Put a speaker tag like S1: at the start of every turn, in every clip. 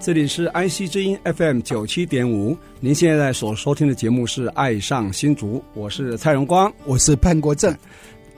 S1: 这里是安溪之音 FM 九七点五，您现在所收听的节目是《爱上新竹》，我是蔡荣光，
S2: 我是潘国正，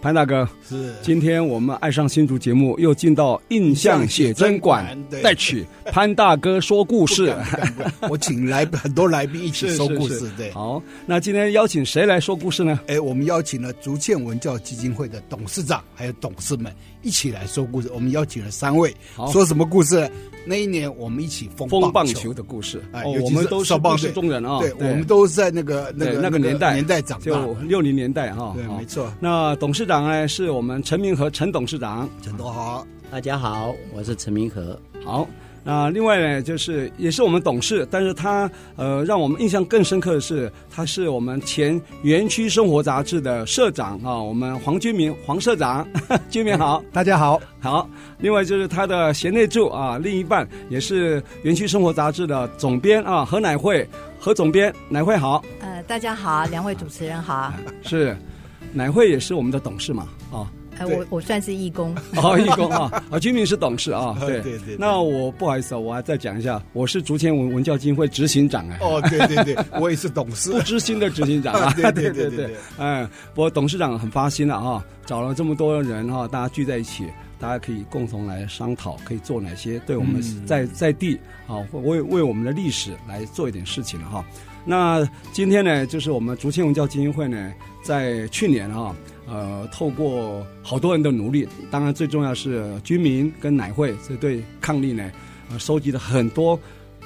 S1: 潘大哥。
S2: 是
S1: 今天我们《爱上新竹》节目又进到印象写真馆
S2: 印象写真馆，对
S1: 带曲潘大哥说故事。
S2: 我请来很多来宾一起说故
S1: 是
S2: 事，对。
S1: 好，那今天邀请谁来说故事呢？
S2: 哎，我们邀请了竹建文教基金会的董事长还有董事们一起来说故事。我们邀请了三位
S1: 好，
S2: 说什么故事呢？那一年我们一起风
S1: 风棒
S2: 棒
S1: 球的故事。
S2: 哎
S1: 哦
S2: 尤其
S1: 我们
S2: 是
S1: 都是
S2: 少棒
S1: 故
S2: 队
S1: 事中人啊，
S2: 对，我们都是在那个那
S1: 对
S2: 个
S1: 那个年代
S2: 年代长大
S1: 就
S2: 的，
S1: 六零年代哈。
S2: 对，
S1: 哦
S2: 没错。
S1: 那董事长呢，是我们陈明和陈董事长。
S2: 陈东豪，
S3: 大家好，我是陈明和。
S1: 好，那另外呢，就是也是我们董事，但是他呃，让我们印象更深刻的是，他是我们前园区生活杂志的社长啊，我们黄君明黄社长， 君明好，
S2: 大家好，
S1: 好。另外就是他的贤内助啊，另一半也是园区生活杂志的总编啊，何乃慧，何总编，乃慧好，
S4: 呃，大家好，两位主持人好，
S1: 是，乃慧也是我们的董事嘛啊，
S4: 呃，
S2: 对
S4: 我我算是义工，
S1: 哦，义工啊，啊，君明是董事 啊，对
S2: 对对对。
S1: 那我不好意思啊，我还再讲一下，我是竹签文文教基金会执行长哎、
S2: 哦，对对对， 我也是董事，
S1: 不。知心的执行长啊
S2: 对对
S1: 对对
S2: 对对
S1: 对
S2: 对，
S1: 嗯，不过董事长很发心了啊，找了这么多人哈、大家聚在一起，大家可以共同来商讨，可以做哪些对我们
S2: 嗯
S1: 在、在地啊，或为为我们的历史来做一点事情了啊哈、那今天呢，就是我们竹青文教基金会呢，在去年哈、呃，透过好多人的努力，当然最重要是居民跟奶会这对抗力呢，呃，收集了很多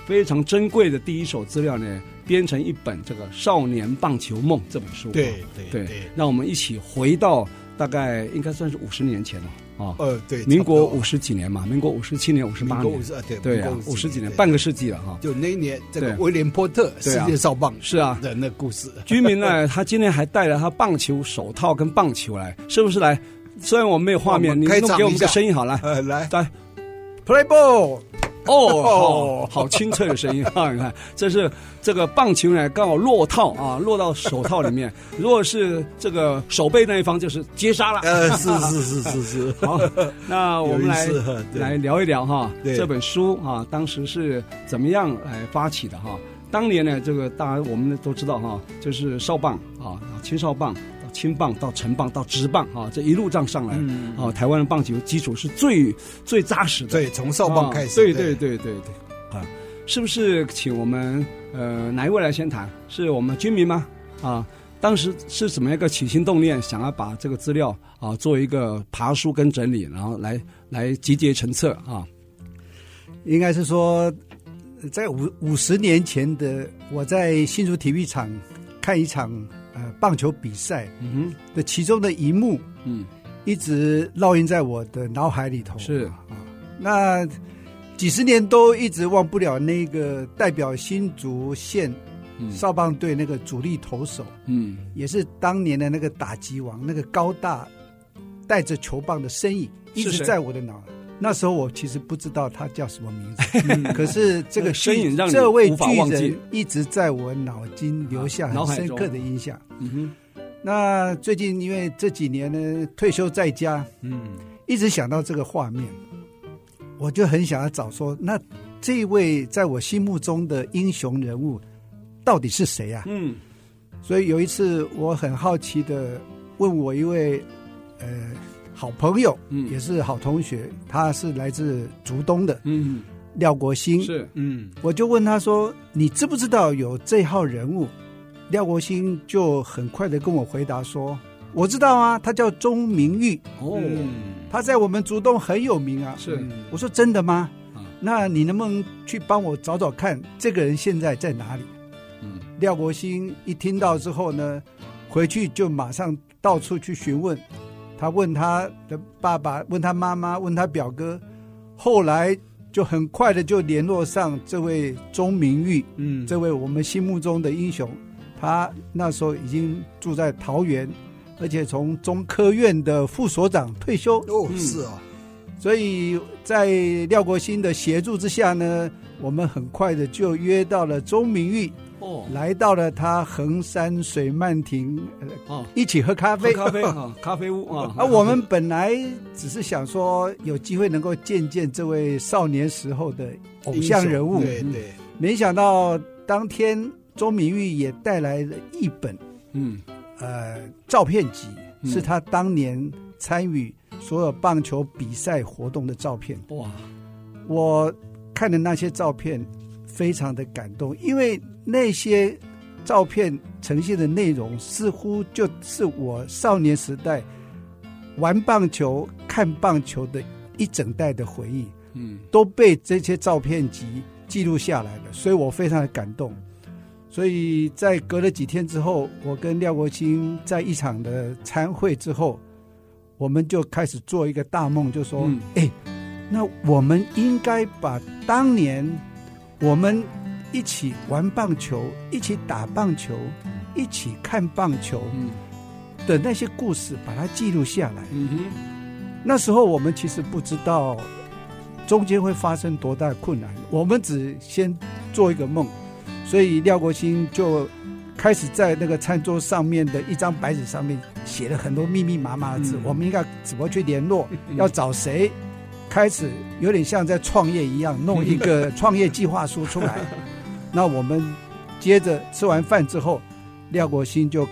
S1: 非常珍贵的第一手资料呢，编成一本这个《少年棒球梦》这本书。啊
S2: 对对
S1: 对
S2: 对，
S1: 让我们一起回到大概应该算是五十年前了啊、
S2: 呃对，
S1: 民国
S2: 差不多
S1: 五十几年嘛，民国五十七年、五十
S2: 民
S1: 八
S2: 国
S1: 年
S2: 五，十，啊对，
S1: 对
S2: 民
S1: 啊
S2: 国，
S1: 五十几年，
S2: 对
S1: 半个世纪了哈、
S2: 就那一年，这个
S1: 对
S2: 威廉波特世
S1: 对啊
S2: 界少棒
S1: 是啊，
S2: 的那故事，
S1: 居民 呢，他今天还带了他棒球手套跟棒球来，是不是来？虽然我们没有画
S2: 我
S1: 面，
S2: 们
S1: 你
S2: 开
S1: 弄
S2: 场
S1: 给我们
S2: 一下
S1: 个声音好 了，
S2: 呃，来
S1: 来。
S2: play ball，
S1: 哦，好好清脆的声 音啊！你看，这是这个棒球呢，刚好落套啊，落到手套里面。如果是这个手背那一方，就是接杀 了。
S2: 呃，是是是是是，
S1: 好，那我们来
S2: 有意思对
S1: 来聊一聊哈，
S2: 对
S1: 这本书啊，当时是怎么样来发起的哈？当年呢，这个大家我们都知道哈，就是少棒啊，青少棒到青棒到城棒到职棒啊，这一路仗上来，
S2: 嗯，
S1: 啊，台湾的棒球基础是最最扎实的，
S2: 对，从少棒开始，
S1: 啊对对对对对，啊，是不是请我们呃哪一位来先谈？是我们军民吗？啊，当时是怎么一个起心动念，想要把这个资料啊做一个爬书跟整理，然后来来集结成册啊？
S5: 应该是说，呃在五五十年前的我在新竹体育场看一场呃棒球比赛
S1: 嗯
S5: 的其中的一幕，
S1: 哼，嗯，
S5: 一直烙印在我的脑海里头。
S1: 是
S5: 啊，那几十年都一直忘不了那个代表新竹县
S1: 嗯
S5: 少棒队那个主力投手，
S1: 嗯，
S5: 也是当年的那个打击王，那个高大带着球棒的身影，一
S1: 是
S5: 直
S1: 谁
S5: 在我的脑。那时候我其实不知道他叫什么名字， 嗯可是这
S1: 那个
S5: 个
S1: 身影
S5: 巨
S1: 让你
S5: 这位
S1: 无法
S5: 巨
S1: 忘记
S5: 人一直在我脑筋留下
S1: 啊脑海
S5: 很深刻的印象。
S1: 嗯哼，
S5: 那最近因为这几年呢退休在家，
S2: 嗯，
S5: 一直想到这个画面，我就很想要找说，那这位在我心目中的英雄人物到底是谁啊？
S1: 嗯
S5: 所以有一次，我很好奇的问我一位呃好朋友，
S1: 嗯
S5: 也是好同学，他是来自竹东的
S1: 嗯，
S5: 廖国兴，
S1: 是，
S2: 嗯，
S5: 我就问他说：“你知不知道有这号人物？”廖国兴就很快的跟我回答说：“我知道啊，他叫钟明玉，
S1: 哦，
S2: 嗯，
S5: 他在我们竹东很有名啊。”
S1: 是，
S5: 我说：“真的吗
S1: 啊？
S5: 那你能不能去帮我找找看，这个人现在在哪里？”
S1: 嗯
S5: 廖国兴一听到之后呢，回去就马上到处去询问他问他的爸爸，问他妈妈，问他表哥，后来就很快的就联络上这位钟明玉，
S1: 嗯，
S5: 这位我们心目中的英雄，他那时候已经住在桃园，而且从中科院的副所长退休，
S2: 哦，
S1: 嗯
S2: 是哦，
S5: 所以在廖国兴的协助之下呢，我们很快的就约到了钟明玉，
S1: 哦
S5: 来到了他衡山水漫亭，呃
S1: 哦，
S5: 一起喝咖
S1: 喝
S5: 啡。
S1: 咖啡啊，咖啡屋啊，
S5: 啊，我们本来只是想说有机会能够见见这位少年时候的偶像人物，
S2: 对
S1: 嗯
S2: 对，
S5: 没想到当天钟明玉也带来了一本
S1: 嗯
S5: 呃照片集，
S1: 嗯
S5: 是他当年参与所有棒球比赛活动的照片。
S1: 哇，
S5: 我看的那些照片，非常的感动，因为那些照片呈现的内容似乎就是我少年时代玩棒球、看棒球的一整代的回忆，
S1: 嗯
S5: 都被这些照片集记录下来了，所以我非常的感动。所以在隔了几天之后，我跟廖国清在一场的参会之后，我们就开始做一个大梦，就说：“
S1: 嗯
S5: 哎、那我们应该把当年我们一起玩棒球、一起打棒球、一起看棒球
S1: 嗯
S5: 的那些故事，把它记录下来。
S1: 嗯哼，
S5: 那时候我们其实不知道中间会发生多大困难，我们只先做一个梦，所以廖国兴就开始在那个餐桌上面的一张白纸上面写了很多密密麻麻的字，
S1: 嗯
S5: 我们应该怎么去联络，要找谁，开始有点像在创业一样，弄一个创业计划书出来。那我们接着吃完饭之后，廖国兴就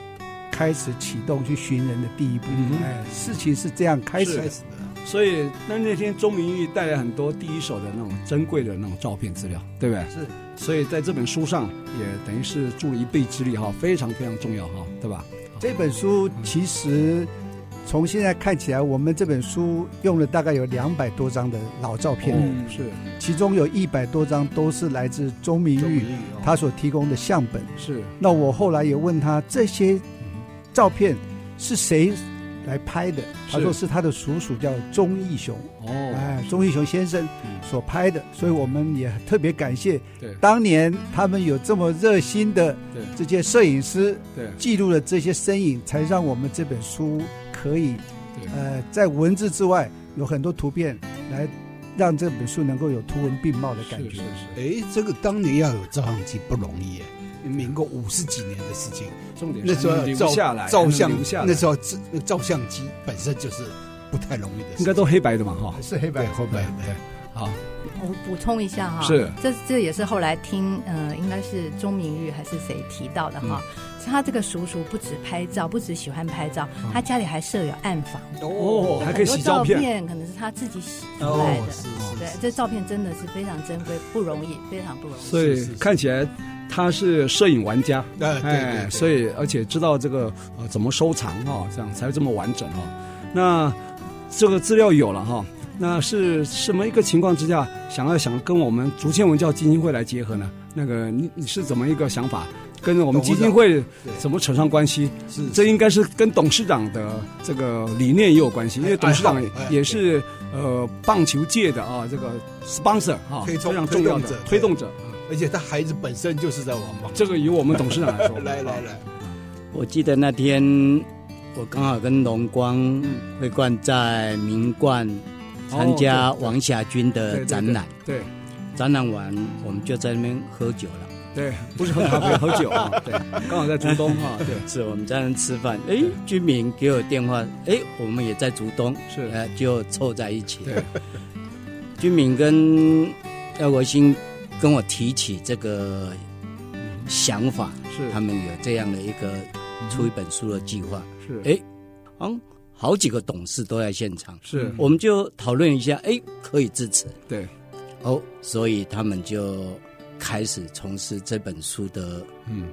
S5: 开始启动去寻人的第一步。
S1: 嗯哼
S5: 哎，事情是这样开始的
S2: 开。始的，
S1: 所以那那天钟明玉带来很多第一手的那种珍贵的那种照片资料，对不对？
S2: 是，
S1: 所以在这本书上也等于是助了一臂之力哈，非常非常重要哈，对
S2: 哦
S1: 吧？
S5: 这本书其实从现在看起来，我们这本书用了大概有两百多张的老照片，
S1: 哦，是
S5: 其中有一百多张都是来自钟明
S2: 终于
S5: 玉
S2: 哦
S5: 他所提供的相本。
S1: 是，
S5: 那我后来也问他这些照片是谁来拍的，他说是他的叔叔叫钟义雄，
S1: 哦，
S5: 哎，钟义雄先生
S1: 嗯
S5: 所拍的，所以我们也特别感谢
S1: 对
S5: 当年他们有这么热心的
S1: 对
S5: 这些摄影师，
S1: 对
S5: 记录了这些身影，才让我们这本书可以
S1: 对，
S5: 呃在文字之外有很多图片，来让这本书能够有图文并茂的感
S1: 是是
S5: 觉。
S1: 是，
S2: 哎，这个当年要有照相机不容易耶，民国五十几年的事情，
S1: 重点
S2: 那时候
S1: 留
S2: 要照
S1: 下来，
S2: 照相
S1: 留下，来
S2: 那，时候照照相机本身就是不太容易的事情，
S1: 应该都黑白的嘛哈，
S2: 是黑白黑白的，
S1: 好，
S4: 我补充一下
S2: 啊
S4: 哈，
S1: 是
S4: 这这也是后来听，呃，应该是钟明玉还是谁提到的哈。
S1: 嗯
S4: 他这个叔叔不止拍照，不止喜欢拍照，他家里还设有暗房，
S1: 哦，嗯还可以洗
S4: 很多照
S1: 片，哦
S4: 可能是他自己洗出来的。
S2: 是
S4: 对，这照片真的是非常珍贵，不容易，非常不容易。
S1: 所以
S2: 是是是
S1: 看起来他是摄影玩家，
S2: 是，啊，对对
S1: 哎，
S2: 对，
S1: 所以而且知道这个呃怎么收藏哈、这样才会这么完整哈、那这个资料有了哈、那是什么一个情况之下，想要想跟我们竹签文教基金会来结合呢？那个你你是怎么一个想法？跟我们基金会
S2: 对
S1: 怎么扯上关系？
S2: 是
S1: 这应该是跟董事长的这个理念也有关系，因为董事长
S2: 爱好哎
S1: 也是呃棒球界的啊这个 sponsor 啊
S2: 推
S1: 非
S2: 动
S1: 常重要的推
S2: 推
S1: 动
S2: 动
S1: 者。啊
S2: 而且他孩子本身就是在玩嘛，，
S1: 这个以我们董事长来说
S2: 来来来，
S3: 我记得那天我刚好跟龙光会冠在明冠参加
S1: 嗯哦对
S3: 王霞君的展览，
S1: 对
S3: 展览完我们就在那边喝酒了，
S1: 对，不是喝咖啡，喝酒啊。对，刚好在竹东啊，对，
S3: 是我们在那边吃饭，哎，居民给我电话，哎，我们也在竹东，
S1: 是
S3: 呃，就凑在一起。
S1: 对，
S3: 君敏跟廖国兴跟我提起这个
S1: 嗯
S3: 想法，
S1: 是
S3: 他们有这样的一个出一本书的计划，
S1: 是
S3: 哎嗯，好几个董事都在现场，
S1: 是，哦
S3: 我们就讨论一下，哎，可以支持
S1: 对，
S3: 哦，所以他们就开始从事这本书的
S1: 嗯，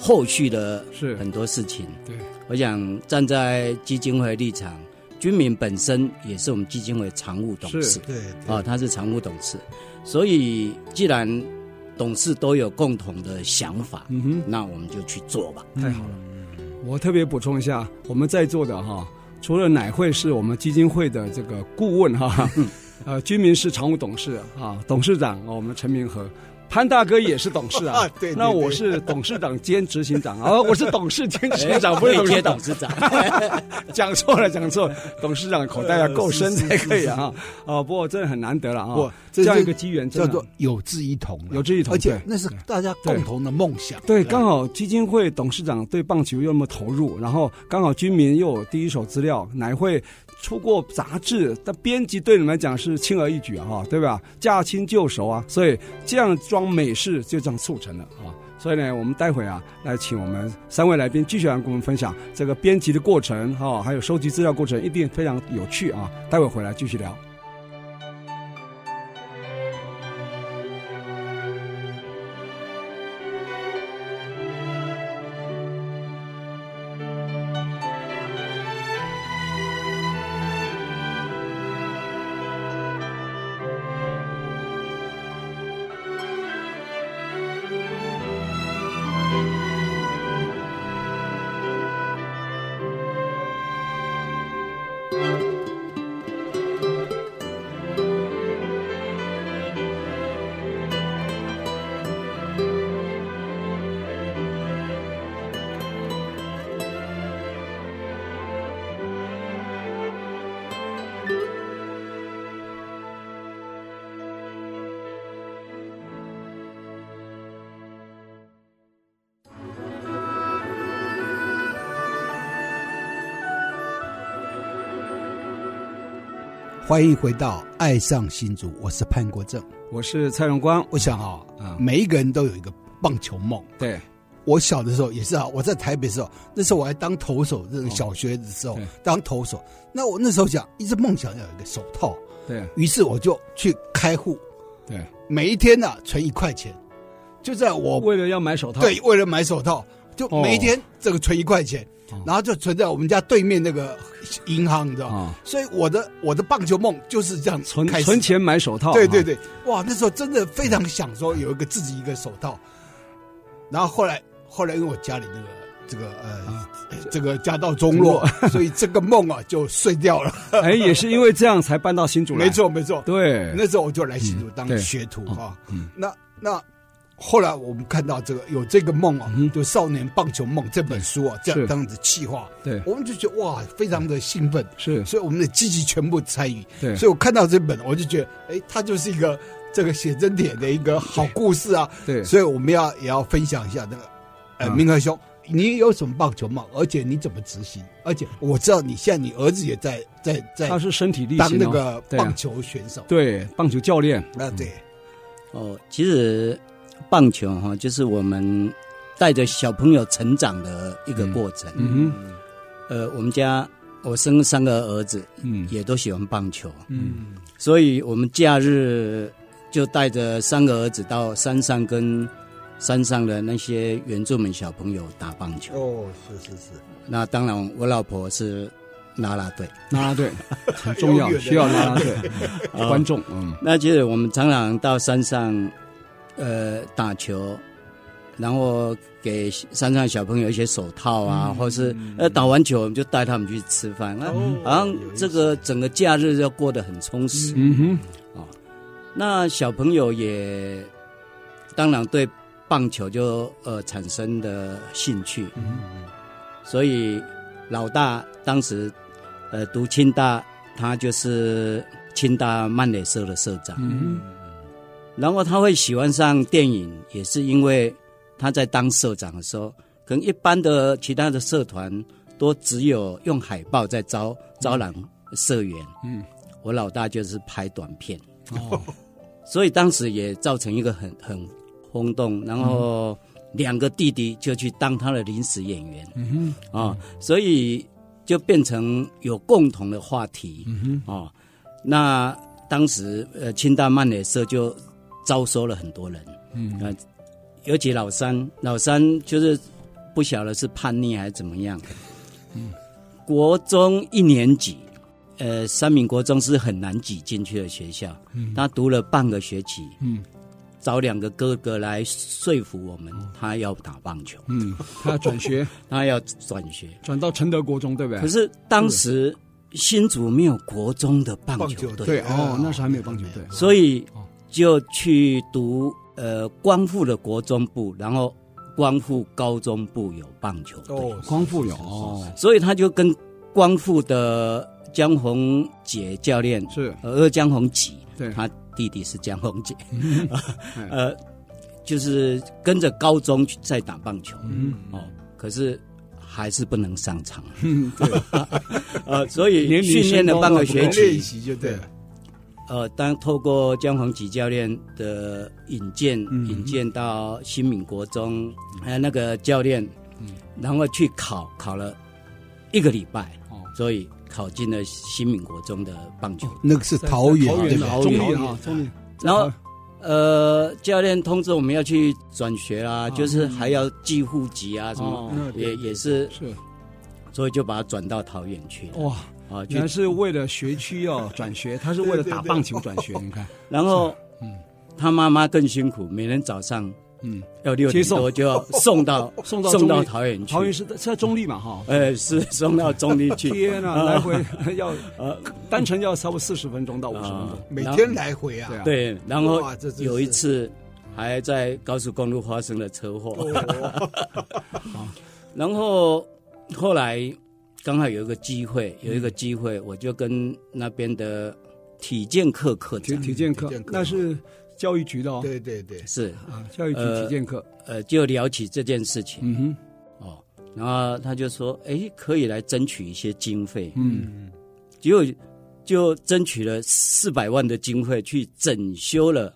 S3: 后续的
S1: 是
S3: 很多事情。
S1: 对，
S3: 我想站在基金会立场，君敏本身也是我们基金会常务董
S1: 是
S3: 事，
S2: 对对，，
S3: 啊、他是常务董事，所以既然董事都有共同的想法，
S1: 嗯哼。
S3: 那我们就去做吧。
S1: 太好了。我特别补充一下，我们在座的哈，除了乃会是我们基金会的这个顾问哈， 呃，居民是常务董事啊，董事长我们陈明和。潘大哥也是董事啊
S2: 对对对
S1: 那我是董事长兼执行长啊，我是董事兼执行
S3: 长
S1: 长，
S3: 不
S1: 不是
S3: 会
S1: 董
S3: 哎接
S1: 事
S3: 董
S1: 长，
S3: 事长，
S1: 讲错了，讲错了，董事长口袋要够深才可以啊，啊，不过真的很难得了
S2: 不
S1: 啊，，
S2: 这
S1: 这样
S2: 就
S1: 一个机缘，真
S2: 叫
S1: 的
S2: 做有志一同了，
S1: 有志一同
S2: 而且
S1: 对
S2: 那是大家共同的梦想。
S1: 对，刚好基金会董事长对棒球又那么投入，然后刚好居民又有第一手资料，乃会出过杂志，但编辑对你们来讲是轻而易举啊，哈对吧？驾轻就熟啊，所以这样装美式就这样促成了啊。所以呢，我们待会啊，来请我们三位来宾继续来跟我们分享这个编辑的过程哈、还有收集资料过程，一定非常有趣啊。待会回来继续聊。
S2: 欢迎回到《爱上新竹》，我是潘国正。
S1: 我是蔡荣光，
S2: 我想啊、
S1: 嗯
S2: 每一个人都有一个棒球梦。
S1: 对，
S2: 我小的时候也是啊，我在台北的时候，那时候我还当投手，这
S1: 嗯
S2: 种小学的时候、
S1: 对
S2: 当投手。那我那时候想，一直梦想要有一个手套，
S1: 对，
S2: 于是我就去开户，
S1: 对，
S2: 每一天呢、存一块钱，就在我
S1: 为了要买手套，
S2: 对，为了买手套，就
S1: 哦
S2: 每一天这个存一块钱，
S1: 哦
S2: 然后就存在我们家对面那个银行，你知道吗？
S1: 啊，
S2: 所以我的我的棒球梦就是这样
S1: 存
S2: 开始
S1: 存钱买手套，
S2: 对
S1: 啊
S2: 对对，哇，那时候真的非常想说有一个自己一个手套，然后后来后来因为我家里那个这个呃
S1: 啊
S2: 这个家道中落， 所以这个梦啊就碎掉了。
S1: 哎，也是因为这样才搬到新竹来。
S2: 没，错没错，
S1: 对，
S2: 那时候我就来新竹当
S1: 嗯对
S2: 学徒啊
S1: 嗯。
S2: 那那后来我们看到这个有这个梦啊
S1: 嗯哼，
S2: 就《少年棒球梦》这本书啊，这样
S1: 是
S2: 这样子气化，
S1: 对
S2: 我们就觉得哇，非常的兴奋，
S1: 是，
S2: 所以我们的积极全部参与。
S1: 对，
S2: 所以我看到这本，我就觉得，哎，它就是一个这个写真帖的一个好故事啊。
S1: 对，
S2: 所以我们要也要分享一下那个，呃，
S1: 嗯
S2: 明和兄，你有什么棒球梦？而且你怎么执行？而且我知道你现在你儿子也在在在
S1: 他是身体力
S2: 当
S1: 行
S2: 那
S1: 哦
S2: 个
S1: 对啊
S2: 棒球选手。
S1: 对棒球教练，
S2: 啊，对，
S3: 哦，其实棒球哈、就是我们带着小朋友成长的一个过程。
S1: 嗯哼，
S3: 呃，我们家我生三个儿子，
S1: 嗯
S3: 也都喜欢棒球，
S1: 嗯
S3: 所以我们假日就带着三个儿子到山上跟山上的那些原住民小朋友打棒
S1: 嗯
S3: 球。
S2: 哦，是是是，
S3: 那当然，我老婆是啦啦队。
S1: 啦啦 队很重要
S2: 遥，远的
S1: 需要啦啦队
S3: 啊
S1: 观众，嗯，
S3: 那就是我们常常到山上，呃，打球，然后给山上小朋友一些手套啊，或是呃打完球我们就带他们去吃饭，那、
S2: 哦
S3: 好像这个整个假日就过得很充实。
S1: 嗯哼，
S3: 那小朋友也当然对棒球就呃产生的兴趣，所以老大当时呃读清大，他就是清大漫垒社的社长。
S1: 嗯
S3: 然后他会喜欢上电影，也是因为他在当社长的时候，可能一般的其他的社团都只有用海报在招招揽社员。
S1: 嗯，
S3: 我老大就是拍短片，
S1: 哼，哦，
S3: 所以当时也造成一个很很轰动。然后两个弟弟就去当他的临时演员
S1: 嗯哼，
S3: 啊、所以就变成有共同的话题。
S1: 嗯
S3: 哦，那当时呃，清大曼联社就招收了很多人，嗯，呃，尤其老三，老三就是不晓得是叛逆还是怎么样，嗯，国中一年级，呃，三民国中是很难挤进去的学校，嗯，他读了半个学期，
S1: 嗯，
S3: 找两个哥哥来说服我们，他要打棒球，
S1: 嗯，他要转 学，
S3: 他要转学。
S1: 转到承德国中，对不对？啊
S3: 可是当时新竹没有国中的棒球
S2: 棒球
S3: 队，
S1: 对
S2: 啊
S1: 哦，那时候还没有棒球队，
S3: 所以
S1: 哦
S3: 就去读呃光复的国中部，然后光复高中部有棒球队，
S2: 哦，
S1: 光复有哦，
S3: 所以他就跟光复的江宏杰教练，
S1: 是
S3: 呃，呃江宏吉，
S1: 对
S3: 他弟弟是江宏杰，
S1: 哎
S3: 呃，就是跟着高中去在打棒球，
S1: 嗯
S3: 哦，可是还是不能上场，
S1: 嗯，对，
S3: 呃，所以
S1: 连女
S3: 训练了
S1: 生都
S3: 半个
S1: 弄不
S3: 学
S1: 懂
S3: 期
S2: 练，习就对了，
S3: 呃，当透过江宏吉教练的引荐，
S1: 嗯
S3: 引荐到新民国中，还有那个教练，
S1: 嗯
S3: 然后去考，考了一个礼拜，
S1: 哦
S3: 所以考进了新民国中的棒球。
S2: 那个是桃园
S1: 桃
S2: 对
S1: 园
S2: 不
S1: 的
S2: 对？
S1: 中立啊，中立，
S3: 然后，呃，教练通知我们要去转学啦，就是还要寄户籍啊，什么，
S1: 哦
S2: 那
S3: 也也是，
S1: 是
S3: 所以就把他转到桃园去了。
S1: 哇，
S3: 啊，去
S1: 哦原来是为了学区哦转学，他是为了打棒球转学，你看，
S3: 然后，
S1: 嗯
S3: 他妈妈更辛苦，每天早上
S1: 嗯，
S3: 要六
S1: 接
S3: 点
S1: 送
S3: 多就要送到
S1: 送到
S3: 送
S1: 中
S3: 到
S1: 立
S3: 桃园去，
S1: 桃园是是在中立嘛哈，
S3: 呃是送到中立去，
S1: 天啊，
S3: 啊
S1: 来回要
S3: 呃
S1: 单程要超过四十分钟到五十分
S3: 啊
S1: 钟，，
S2: 每
S3: 然后
S2: 天来回啊
S1: 对，啊，
S3: 对，然后
S2: 哇这真是
S3: 有一次还在高速公路发生了车祸，
S1: 哦
S3: 然后后来刚好有一个机会，有一个机会，我就跟那边的体健课课
S1: 体
S3: 长
S1: 体健课
S2: 体健课
S1: 那是教育局的哦，
S2: 对对对，
S3: 是
S1: 啊，教育局
S3: 呃
S1: 体健课，
S3: 呃就聊起这件事情
S1: 嗯哼，
S3: 哦，然后他就说，哎，可以来争取一些经费，
S1: 嗯，
S3: 结果就争取了四百万的经费去整修了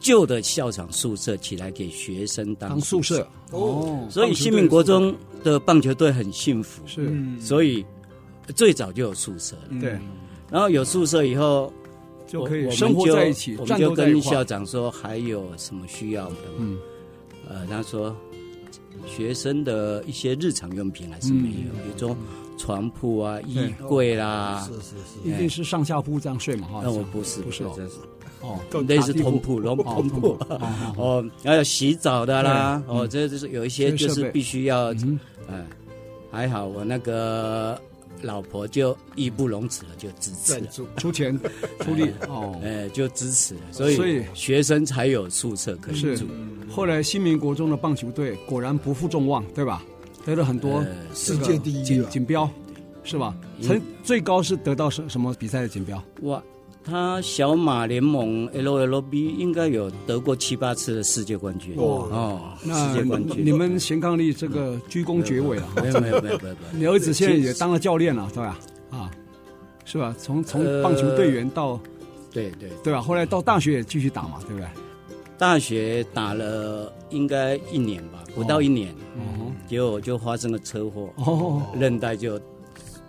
S3: 旧的校长宿舍，起来给学生当
S1: 当宿舍哦，
S3: 所以新民国中的棒球队很幸福，
S1: 是，
S2: 嗯
S3: 所以最早就有宿舍了。
S1: 对，
S3: 然后有宿舍以后，
S1: 嗯就
S3: 我
S1: 可以
S3: 我们
S1: 生活
S3: 就
S1: 在一起，
S3: 我们
S1: 战
S3: 就
S1: 斗在一
S3: 跟
S1: 块
S3: 校。长说还有什么需要的吗？
S1: 嗯
S3: 呃，他说学生的一些日常用品还是没
S1: 嗯
S3: 有，比如说床铺啊、衣柜啦。
S2: 是是是，
S1: 一定哦是上下铺这样睡嘛哈。
S3: 哎那我不是
S1: 不是哦
S3: 这是
S1: 哦，
S3: 类似同铺、龙
S1: 哦
S3: 同
S1: 同
S3: 铺
S1: 铺哦哦
S3: 哦，还有洗澡的啦，
S1: 对嗯
S3: 哦，这就是有一些就
S1: 这些设
S3: 是
S1: 备
S3: 必须要，
S1: 嗯
S3: 哎，还好我那个老婆就义不容辞了，就支持
S2: 赞
S3: 了，
S2: 助
S1: 出钱出力哦。
S3: 哎，就支持了，所
S1: 所
S3: 以
S1: 以
S3: 学生才有宿舍可以
S1: 是
S3: 住，哎
S1: 后来新民国中的棒球队果然不负众望，对吧？得了很多
S3: 呃
S1: 这
S2: 世
S1: 个
S2: 界第一啊嗯
S1: 锦
S2: 了，
S1: 锦标，是吧？曾最高是得到什什么比赛的锦标？
S3: 哇。他小马联盟 LLB 应该有得过七八次的世界冠军哦，世
S1: 那
S3: 界冠军。
S1: 你们贤刚力这个鞠躬绝尾了。
S3: 没有没有没有没有，没
S2: 呃
S1: 你
S3: 有
S1: 儿子现在也当了教练了，对吧？啊，是吧？从从
S2: 呃
S1: 棒球队员到
S3: 对对，
S1: 对吧？后来到大学也继续打嘛，对不对？
S3: 大学打了应该一年吧，不到一年，
S1: 哦
S3: 结果就发生了车祸，
S1: 哦，
S3: 韧带就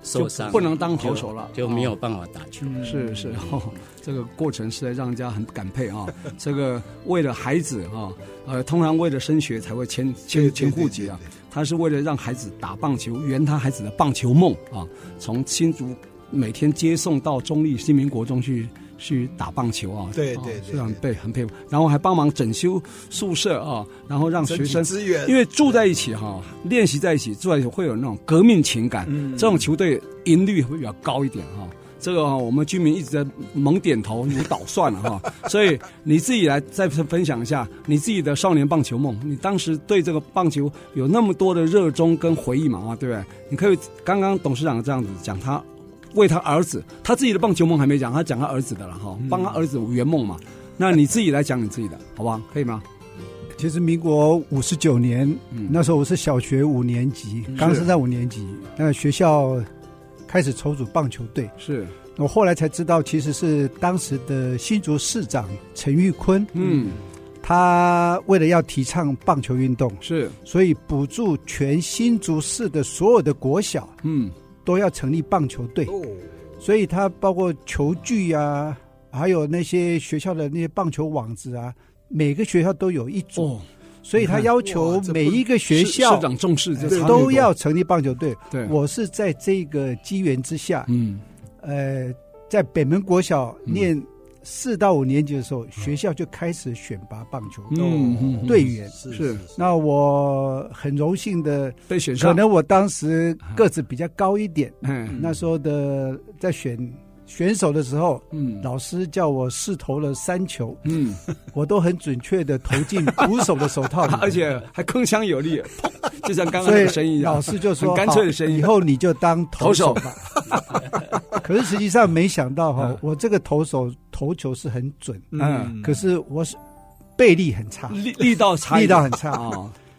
S3: 受伤，
S1: 就不能当投手了
S3: 就就没有办法打球。
S2: 嗯
S1: 是 是哦，这个过程实在让人家很感佩 啊。这个为了孩子啊，呃，通常为了升学才会迁
S2: 对
S1: 迁
S2: 对
S1: 迁户
S2: 对
S1: 籍啊
S2: 对。
S1: 他是为了让孩子打棒球，圆他孩子的棒球梦啊，从新竹每天接送到中立新民国中去去打棒球啊。
S2: 对
S1: 啊
S2: 对对
S1: 是很
S2: 对
S1: 佩很佩服。然后还帮忙整修宿舍啊，然后让学
S2: 整体
S1: 生
S2: 资源
S1: 因为住在一起哈、练习在一起，住在一起会有那种革命情感，这种球队赢率会比较高一点哈、这个哈、我们居民一直在猛点头，如捣蒜了哈、所以你自己来再分享一下你自己的少年棒球梦，你当时对这个棒球有那么多的热衷跟回忆嘛啊，对不对？你可以刚刚董事长这样子讲他。为他儿子，他自己的棒球梦还没讲，他讲他儿子的了哈，帮他儿子圆梦嘛。那你自己来讲你自己的，好不好？可以吗？
S5: 其实民国五十九年，
S1: 嗯
S5: 那时候我是小学五年级，刚升上五年级，那学校开始筹组棒球队。
S1: 是，
S5: 我后来才知道，其实是当时的新竹市长陈玉坤，
S1: 嗯，
S5: 他为了要提倡棒球运动，
S1: 是，
S5: 所以补助全新竹市的所有的国小
S1: 嗯，
S5: 都要成立棒球队，
S2: 哦，
S5: 所以他包括球具啊，还有那些学校的那些棒球网子啊，每个学校都有一组，
S1: 哦，
S5: 所以他要
S2: 哇
S5: 求
S2: 这不
S5: 每一个学
S1: 市
S5: 校
S1: 市长重视这差别
S5: 都要成立棒球队。
S1: 对，
S5: 我是在这个机缘之下，
S1: 嗯
S5: 呃，在北门国小念四到五年级的时候，学校就开始选拔棒球
S1: 嗯嗯嗯
S5: 队员。
S2: 是
S1: 是
S5: 那我很荣幸的，
S1: 被选上
S5: 可，能我当时个子比较高一点，
S1: 嗯
S5: 那时候的在选选手的时候，
S1: 嗯
S5: 老师叫我试投了三球，
S1: 嗯，，
S5: 我都很准确的投进捕手的手套里
S1: 而且还铿锵有 力，砰就像刚刚
S5: 所
S1: 那
S5: 以
S1: 个声音一样
S5: 老。师就说
S1: 很干脆的声音啊
S5: 好以后你就当投
S1: 投
S5: 手吧。 可是实际上没想到哈
S1: 嗯，
S5: 我这个投手投球是很准，
S1: 嗯
S5: 可是我是背力很差，
S1: 力力道差一
S5: 力
S1: 点，
S5: 道很差。
S1: 啊，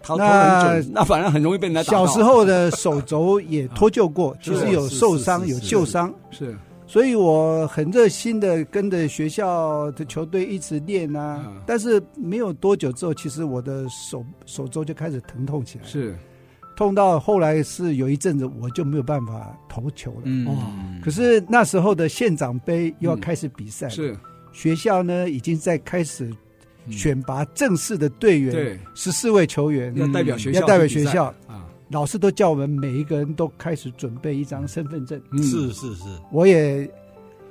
S1: 投投
S5: 那
S1: 很准，那反而很容易被人家打到。
S5: 小时候的手肘也脱 臼过，
S2: 是
S5: 就是有受伤
S2: 是是
S5: 有
S2: 是
S5: 旧伤，
S1: 是
S5: 所以我很热心的跟着学校的球队一直练啊
S1: 嗯。
S5: 但是没有多久之后，其实我的手手肘就开始疼痛起来，
S1: 是，
S5: 痛到后来是有一阵子我就没有办法投球了。
S1: 哇，
S5: 可是那时候的县长杯又要开始比赛，
S1: 是
S5: 学校呢已经在开始选拔正式的队员，
S1: 嗯对，
S5: 十四位球员
S1: 要代表学校，
S5: 要代表学校，
S1: 啊，
S5: 老师都叫我们每一个人都开始准备一张身份证。
S1: 嗯
S2: 是是是，
S5: 我也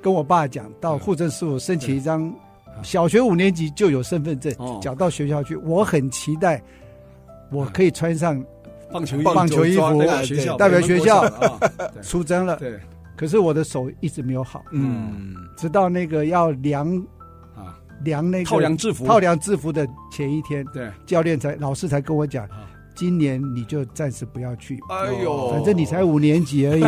S5: 跟我爸讲，到户政事务申请一张，小学五年级就有身份证
S1: 啊哦，
S5: 缴到学校去。我很期待，我可以穿上
S1: 棒球衣
S5: 棒球衣服
S1: 代表学校，
S5: 对代表学校
S1: 啊
S5: 出征了，
S1: 对，
S5: 可是我的手一直没有好，
S1: 嗯
S5: 直到那个要量
S1: 啊，
S5: 量那个
S1: 套量制服，
S5: 套量制服的前一天，
S1: 对，
S5: 教练才老师才跟我讲
S1: 啊，
S5: 今年你就暂时不要去，
S1: 哎呦，
S5: 反正你才五年级 而已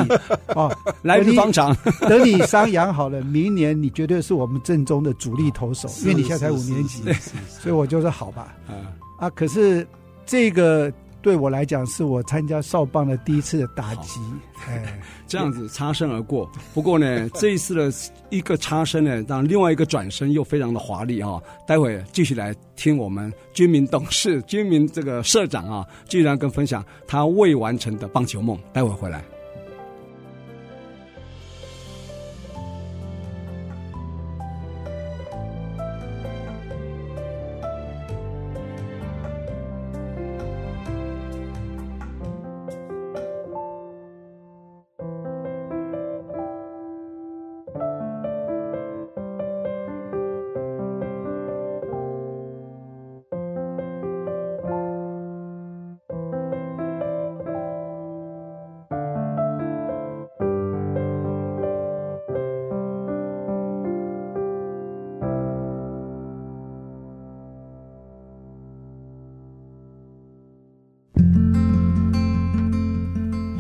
S5: 哦，
S1: 来日方 长，
S5: 等你伤养好了，明年你绝对是我们正宗的主力投手，因为你现在才五年级，
S2: 是，是是
S5: 所以我就说好吧
S1: 啊
S5: 啊，可是这个对我来讲是我参加少棒的第一次的打击，哎，
S1: 这样子擦身而过。不过 呢，这一次的一个擦身呢，让另外一个转身又非常的华丽啊、待会继续来听我们军民董事、 军民这个社长啊，继续来跟分享他未完成的棒球梦。待会回来。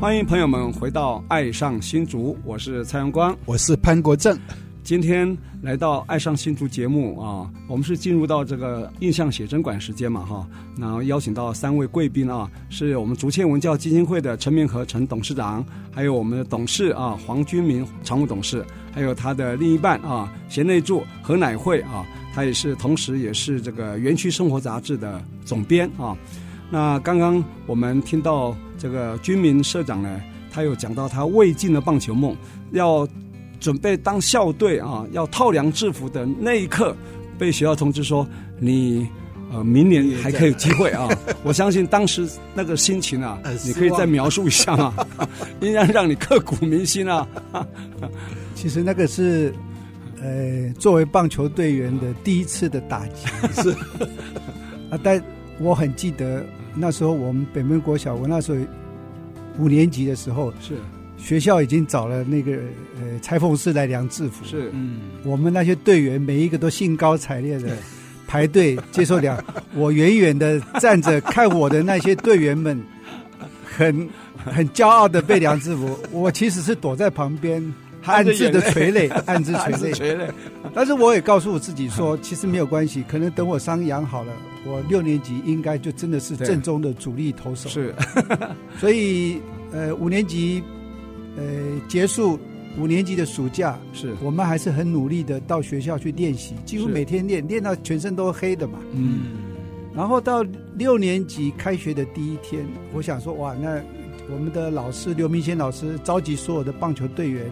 S1: 欢迎朋友们回到《爱上新竹》，我是蔡阳光。
S2: 我是潘国正，
S1: 今天来到《爱上新竹》节目啊，我们是进入到这个印象写真馆时间嘛哈，然后邀请到三位贵宾啊，是我们竹堑文教基金会的陈明和陈董事长，还有我们的董事啊黄君明常务董事，还有他的另一半啊贤内助何乃慧啊，他也是同时也是这个园区生活杂志的总编啊。那刚刚我们听到这个军民社长呢，他有讲到他未尽的棒球梦，要准备当校队啊，要套量制服的那一刻，被学校通知说你呃明年还可以有机会 啊。我相信当时那个心情啊
S2: 很，失
S1: 你
S2: 望
S1: 可以再描述一下吗？ 应该让你刻骨铭心啊。
S5: 其实那个是。呃，作为棒球队员的第一次的打 击是啊，但我很记得那时候我们北门国小，我那时候五年级的时候，
S1: 是
S5: 学校已经找了那个呃裁缝师来量制服，
S1: 是，
S2: 嗯，
S5: 我们那些队员每一个都兴高采烈的排队接受 量，我远远的站着看我的那些队员们，很很骄傲的被量制服，我其实是躲在旁边暗自的垂泪，暗自垂
S1: 还是
S5: 泪。
S1: 垂泪，
S5: 但是我也告诉我自己说，其实没有关系，可能等我伤养好了，我六年级应该就真的是
S1: 对
S5: 正宗的主力投手。
S1: 是
S5: 所以呃，五年级呃结束五年级的暑假，
S1: 是，
S5: 我们还是很努力的到学校去练习，几乎
S1: 是
S5: 每天练，练到全身都黑的嘛。
S1: 嗯
S5: 然后到六年级开学的第一天，我想说哇，那我们的老师刘明先老师召集所有的棒球队员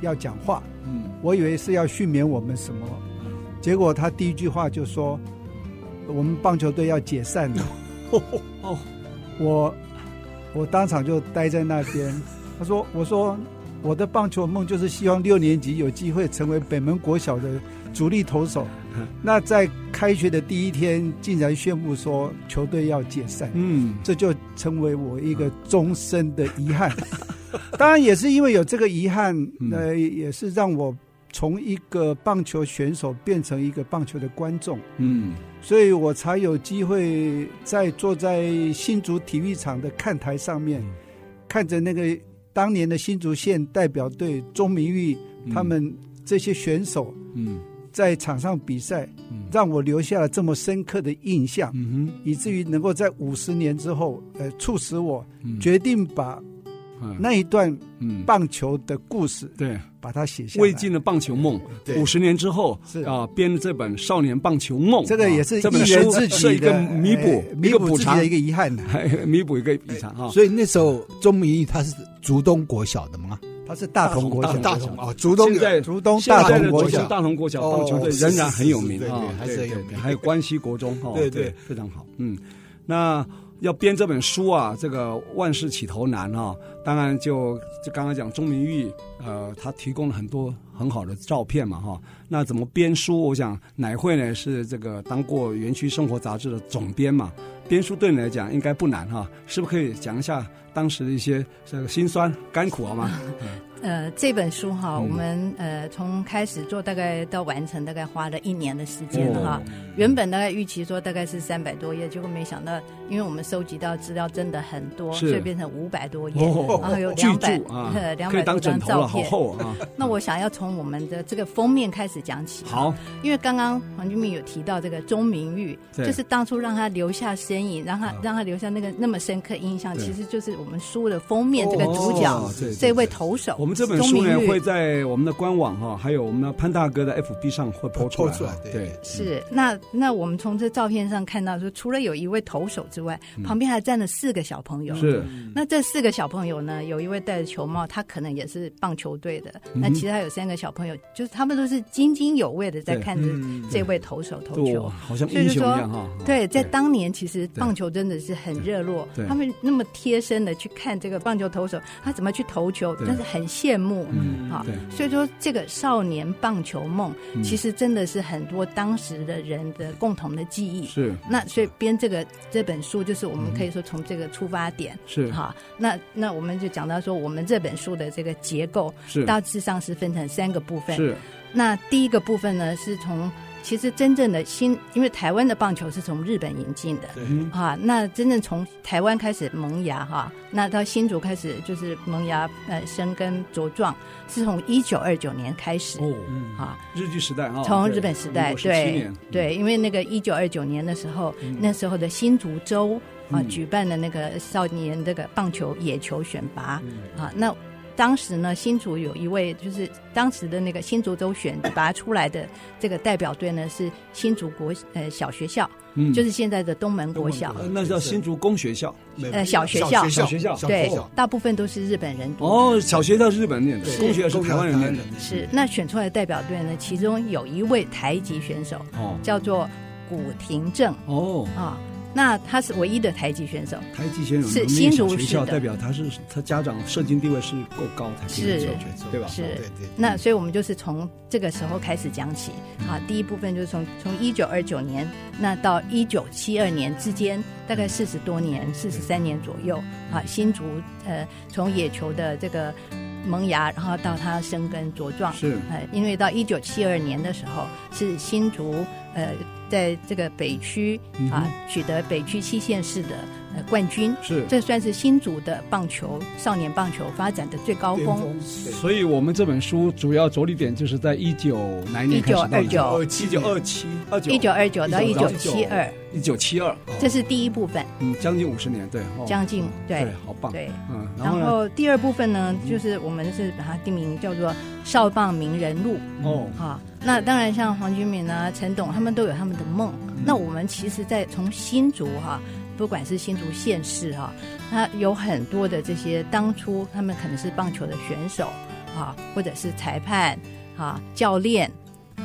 S5: 要讲话，
S1: 嗯，
S5: 我以为是要训勉我们什么，结果他第一句话就说：“我们棒球队要解散了。”
S1: 哦
S5: 我我当场就呆在那边。他说：“我说我的棒球梦就是希望六年级有机会成为北门国小的主力投手。那在开学的第一天，竟然宣布说球队要解散，
S1: 嗯，
S5: 这就成为我一个终身的遗憾。当然也是因为有这个遗憾，呃，也是让我从一个棒球选手变成一个棒球的观众。
S1: 嗯
S5: 所以我才有机会在坐在新竹体育场的看台上面，
S1: 嗯
S5: 看着那个当年的新竹县代表队钟明玉他们这些选手
S1: 嗯
S5: 在场上比赛，
S1: 嗯
S5: 让我留下了这么深刻的印象，
S1: 嗯
S5: 以至于能够在五十年之后，呃，促使我
S1: 哼，
S5: 决定把
S1: 嗯
S5: 那一段
S1: 嗯
S5: 棒球的故事
S1: 对
S5: 把它写下来。
S1: 未尽的棒球梦，
S2: 对
S1: 五十年之后
S5: 是
S1: 啊编的这本《少年棒球梦》啊，
S5: 这个也是
S1: 这本
S5: 一
S1: 书
S5: 人自
S1: 是
S5: 己
S1: 一个
S5: 的
S1: 弥补
S5: 哎，
S1: 一
S5: 弥
S1: 个
S5: 补
S1: 补
S5: 自己
S1: 偿
S5: 的一，个遗憾呐。啊
S1: 弥补一个补偿啊。
S2: 哦所以那时候钟明义他是竹东国小的嘛，
S5: 他是大同国小，
S2: 大同啊，竹东
S1: 现在
S5: 竹东
S1: 现
S5: 大
S1: 在
S5: 同
S1: 的
S5: 国
S1: 竹
S5: 小
S1: 东。大同国小
S2: 哦
S1: 棒球队
S2: 是是
S1: 仍然很有
S2: 是
S1: 名
S2: 对
S1: 啊
S2: 对，还是
S1: 对
S2: 很有
S1: 对
S2: 名
S1: 还有关西国中哈，
S2: 对对
S1: 对，非常好，嗯，那。要编这本书啊，这个万事起头难啊，当然就就刚刚讲钟明玉，呃，他提供了很多很好的照片嘛哈、那怎么编书？我想乃慧呢是这个当过《园区生活》杂志的总编嘛，编书对你来讲应该不难哈、是不是可以讲一下当时的一些这个辛酸甘苦啊好吗？
S4: 呃，这本书哈，
S1: 嗯
S4: 我们呃从开始做大概到完成，大概花了一年的时间了哈。
S1: 哦
S4: 原本大概预期说大概是三百多页，结果没想到，因为我们收集到资料真的很多，
S1: 是
S4: 所以变成五百多页，
S1: 哦
S4: 然后有
S1: 巨
S4: 两百，
S1: 著啊
S4: 两
S1: 可以
S4: 百
S1: 当
S4: 多
S1: 枕
S4: 张
S1: 头
S4: 照
S1: 了，好
S4: 片。
S1: 厚 啊。
S4: 那我想要从我们的这个封面开始讲起。
S1: 好，
S4: 因为刚刚黄俊明有提到这个钟明玉，
S1: 对啊
S4: 就是当初让他留下身影，让他、让他留下那个那么深刻印象，
S1: 对
S4: 其实就是我们书的封面这个主角、
S1: 哦对对
S4: 这位投手。
S1: 我们这本书呢
S4: 钟明玉
S1: 会在我们的官网哈，还有我们的潘大哥的 FB 上会抛出来
S2: 抛出
S1: 哈
S2: 来，对嗯
S1: 对，
S4: 是那那我们从这照片上看到说，除了有一位投手之外，旁边还站了四个小朋友。
S1: 嗯是
S4: 那这四个小朋友呢，有一位戴着球帽，他可能也是棒球队的。
S1: 嗯
S4: 那其他有三个小朋友，就是他们都是津津有味的在
S1: 对
S4: 看着这位投手投
S1: 对，
S4: 球
S1: 哇。好像
S4: 所以
S1: 英
S4: 就
S1: 雄
S4: 说
S1: 一样哈。
S4: 对，在当年其实
S1: 对
S4: 棒球真的是很热络
S1: 对，
S4: 他们那么贴身的去看这个棒球投手他怎么去投球，
S1: 对
S4: 真是很羡慕
S1: 嗯
S4: 啊
S1: 对。
S4: 所以说，这个少年棒球梦
S1: 嗯
S4: 其实真的是很多当时的人的共同的记忆。
S1: 是
S4: 那所以编这个这本书，就是我们可以说从这个出发点。
S1: 嗯是
S4: 好，那那我们就讲到说，我们这本书的这个结构
S1: 是
S4: 大致上是分成三个部分。
S1: 是
S4: 那第一个部分呢，是从其实真正的新，因为台湾的棒球是从日本引进的。
S1: 嗯
S4: 啊，那真正从台湾开始萌芽哈、那到新竹开始就是萌芽，呃，生根茁壮，是从一九二九年开始、
S1: 哦，
S3: 嗯
S4: 啊，
S1: 日据时代哈，
S4: 从日本时代对
S1: 对
S4: 对，因为那个一九二九年的时候，那时候的新竹州啊、
S1: 嗯
S4: 举办了那个少年这个棒球野球选拔、
S1: 嗯
S4: 啊，那当时呢，新竹有一位就是当时的那个新竹州选拔出来的这个代表队呢是新竹国呃小学校，
S1: 嗯
S4: 就是现在的东门国小。
S1: 呃那叫新竹工学校
S4: 呃小学校
S2: 校
S1: 小学校
S2: 小学
S4: 对
S2: 校，
S4: 大部分都是日本人读的。
S1: 哦，小学校是日本念的，
S2: 对
S1: 工学是台湾人念的
S4: 是那选出来的代表队呢，其中有一位台籍选手
S1: 哦
S4: 叫做古廷正
S1: 哦，
S4: 啊，那他是唯一的台籍选手，
S1: 台积先有
S4: 是
S1: 名
S4: 新
S1: 小
S4: 竹
S1: 学
S4: 市
S1: 校，
S4: 的
S1: 代表他是他家长社经地位是够高才可以
S4: 是
S1: 小学对吧？
S4: 是
S2: 对对，
S4: 那所以我们就是从这个时候开始讲起啊。第一部分就是从从一九二九年那到一九七二年之间，大概四十多年，四十三年左右啊。新竹呃，从野球的这个萌芽，然后到它生根茁壮，
S1: 是
S4: 呃，因为到一九七二年的时候是新竹呃，在这个北区
S1: 嗯
S4: 啊、取得北区七县市的呃冠军。
S1: 是
S4: 这算是新竹的棒球少年棒球发展的最高
S2: 巅
S4: 峰，
S1: 哦
S2: 峰
S1: 所以我们这本书主要着力点就是在一九哪一年开始到
S4: 1929
S2: 二
S1: 一九二七二九
S4: 一九二九到一九七二
S1: 1972，一九七二，哦
S4: 这是第一部分，
S1: 嗯，将近五十年，对，哦
S4: 将近对
S1: 对，好棒，
S4: 对。
S1: 嗯，然
S4: 然
S1: 后呢，
S4: 后第二部分呢，就是我们是把它定名叫做《少棒名人录》
S1: 哦，
S4: 哈。那当然，像黄君敏啊、陈董他们都有他们的梦。那我们其实，在从新竹哈、不管是新竹县市哈、那有很多的这些当初他们可能是棒球的选手啊，或者是裁判啊、教练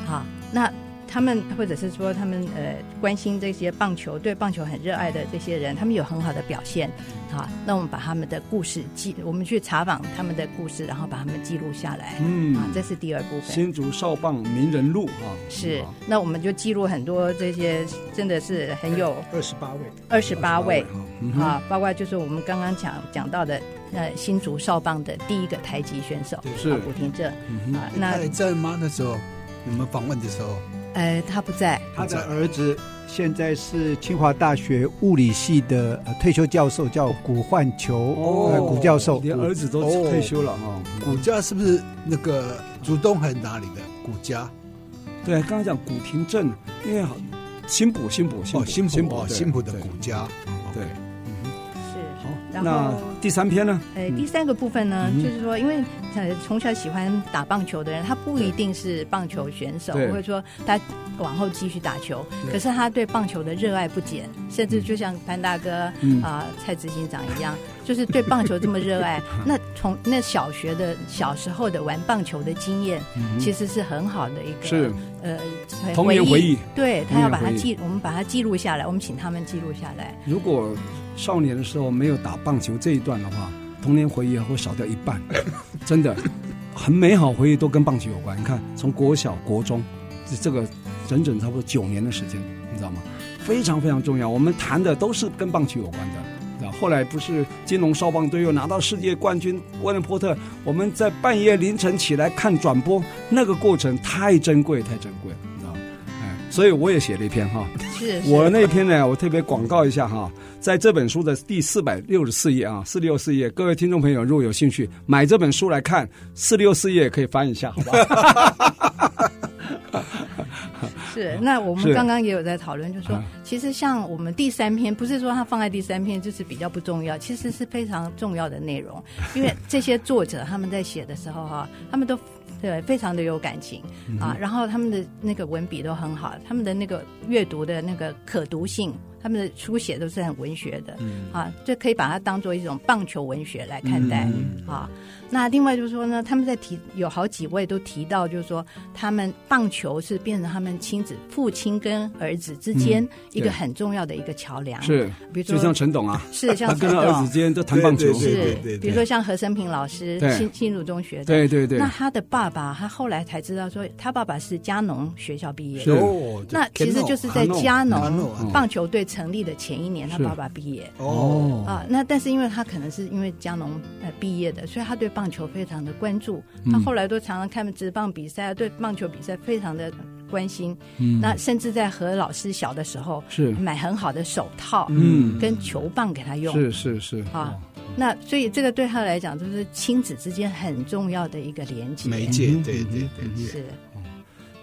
S4: 啊，那他们或者是说他们呃关心这些棒球，对棒球很热爱的这些人，他们有很好的表现，好，那我们把他们的故事记，我们去查访他们的故事，然后把他们记录下来，
S1: 嗯
S4: 啊，这是第二部分。
S1: 新竹少棒名人录啊，
S4: 是
S1: 好，
S4: 那我们就记录很多这些真的是很有
S2: 二十八位，
S4: 二十八位
S1: 啊嗯哼
S4: 啊，包括就是我们刚刚讲讲到的呃新竹少棒的第一个台籍选手
S1: 是
S4: 啊古廷正
S1: 嗯哼
S4: 啊，
S2: 他
S4: 那
S2: 还在吗？那时候你们访问的时候，
S4: 呃他不在，
S5: 他的儿子现在是清华大学物理系的呃退休教授，叫古焕球，
S1: 哎
S5: 呃古教授。
S1: 连哦儿子都
S2: 哦
S1: 退休了哈。嗯
S2: 古家是不是那个竹东还是哪里的古家？
S1: 对，刚刚讲古亭镇，因为好新浦新浦
S2: 哦，新
S1: 新
S2: 浦哦，
S1: 对
S2: 新浦的
S1: 对
S2: 古家，
S1: 对，嗯
S4: 是
S1: 好。
S4: 然
S1: 那
S4: 后
S1: 第三篇呢？
S4: 呃，
S1: 嗯
S4: 第三个部分呢，
S1: 嗯
S4: 就是说，因为呃，从小喜欢打棒球的人，他不一定是棒球选手，
S1: 对
S4: 或者说他往后继续打球，
S1: 对
S4: 可是他对棒球的热爱不减，甚至就像潘大哥啊、
S1: 嗯
S4: 蔡执行长一样，就是对棒球这么热 爱。那从那小学的小时候的玩棒球的经验，其实是很好的一个
S1: 是
S4: 呃
S1: 嗯童年回忆。
S4: 对他要把
S1: 童
S4: 它
S1: 年回忆
S4: 记，我们把它记录下来，我们请他们记录下来。
S1: 如果少年的时候没有打棒球这一段的话，童年回忆会少掉一半， 真的，很美好回忆都跟棒球有关。你看，从国小、国中，这这个整整差不多九年的时间，你知道吗？非常非常重要。我们谈的都是跟棒球有关的。你知道后来不是金龙少棒队又拿到世界冠军，威廉波特。我们在半夜凌晨起来看转播，那个过程太珍贵，太珍贵，你知道吗？哎，所以我也写了一篇哈，
S4: 是，是
S1: 我那篇呢，我特别广告一下哈，在这本书的第四百六十四页啊，四六四页，各位听众朋友如果有兴趣买这本书来看，四六四页可以翻一下，好不好？
S4: 是，那我
S1: 啊是
S4: 们刚刚也有在讨论，就是说
S1: 啊，
S4: 其实像我们第三篇，不是说它放在第三篇就是比较不重要，其实是非常重要的内容，因为这些作者他们在写的时候哈、他们都对非常的有感情
S1: 嗯
S4: 啊，然后他们的那个文笔都很好，他们的那个阅读的那个可读性。他们的书写都是很文学的，啊，就可以把它当做一种棒球文学来看待、
S1: 嗯
S4: 啊。那另外就是说呢，他们在提有好几位都提到，就是说他们棒球是变成他们亲子父亲跟儿子之间一
S1: 嗯对
S4: 个很重要的一个桥梁。，
S1: 是，
S4: 比如
S1: 就
S4: 说
S1: 像陈董啊，
S4: 是
S1: 他
S4: 像
S1: 跟
S4: 陈
S1: 他
S4: 董
S1: 儿子之间都谈棒球，
S2: 对对
S4: 是
S2: 对对，
S4: 比如说像何生平老师
S1: 对
S4: 新新竹中学的，
S1: 对对对
S4: 那他的爸爸，他后来才知道说，他爸爸是嘉农学校毕业
S1: 是
S4: 的。
S2: 哦，
S4: 那其实就是在嘉
S2: 韩诺
S4: 农
S2: 韩
S4: 棒球队成立的前一年，他
S1: 是
S4: 爸爸毕业。
S2: 哦，
S4: 啊，那但是因为他可能是因为加农呃毕业的，所以他对棒球非常的关注。
S1: 嗯
S4: 他后来都常常看职棒比赛，对棒球比赛非常的关心。嗯，那甚至在何老师小的时候，
S1: 是
S4: 买很好的手套，
S1: 嗯
S4: 跟球棒给他用。
S1: 是哦是是
S4: 啊，那所以这个对他来讲，就是亲子之间很重要的一个连接。
S2: 媒介，对对对，
S4: 是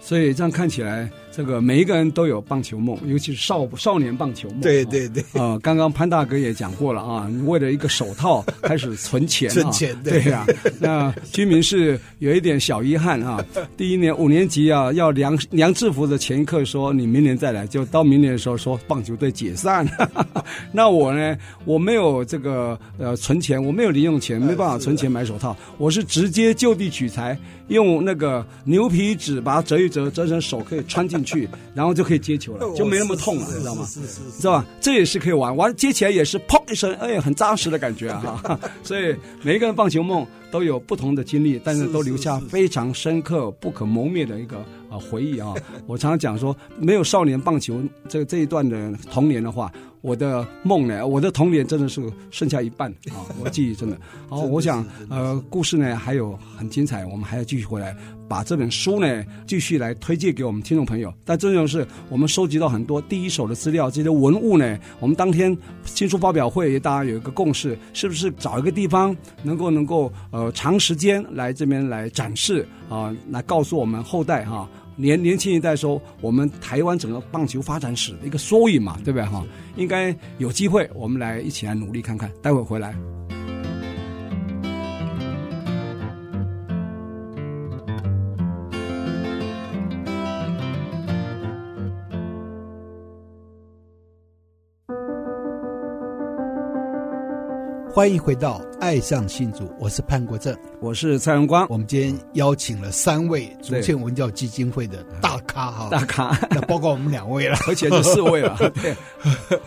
S1: 所以这样看起来，这个每一个人都有棒球梦，尤其是少少年棒球梦，
S2: 对
S1: 啊
S2: 对对，
S1: 啊、刚刚潘大哥也讲过了啊，为了一个手套开始存钱、啊，
S2: 存钱
S1: 对
S2: 对
S1: 呀、那居民是有一点小遗憾啊，第一年五年级啊，要量量制服的前一刻说你明年再来，就到明年的时候说棒球队解散。 那我呢，我没有这个呃存钱，我没有零用
S2: 啊
S1: 钱，没办法存钱买手套，我是直接就地取材，用那个牛皮纸把它折一折，折成手可以穿进去，然后就可以接球了，就没那么痛了，你知道吗？
S2: 哦是是是
S1: 知道吧？这也是可以玩，玩接起来也是砰一声，哎，很扎实的感觉啊！哈 所以每一个人棒球梦都有不同的经历，但是都留下非常深刻、不可磨灭的一个啊回忆啊！我常常讲说，没有少年棒球这这一段的童年的话，我的梦呢，我的童年真的是剩下一半啊！我记忆真的好，哦我想呃，故事呢还有很精彩，我们还要继续回来把这本书呢继续来推荐给我们听众朋友。但这就是我们收集到很多第一手的资料，这些文物呢，我们当天新书发表会大家有一个共识，是不是找一个地方能够能够呃长时间来这边来展示啊、来告诉我们后代哈、年年轻一代说，我们台湾整个棒球发展史的一个缩影嘛，对不对哈？应该有机会，我们来一起来努力看看。待会儿回来。
S2: 欢迎回到《爱上新竹》，我是潘国正。
S1: 我是蔡荣光，
S2: 我们今天邀请了三位竹
S1: 对
S2: 县文教基金会的大咖哈，
S1: 大咖，
S2: 那包括我们两位了，
S1: 而且是四位了，对，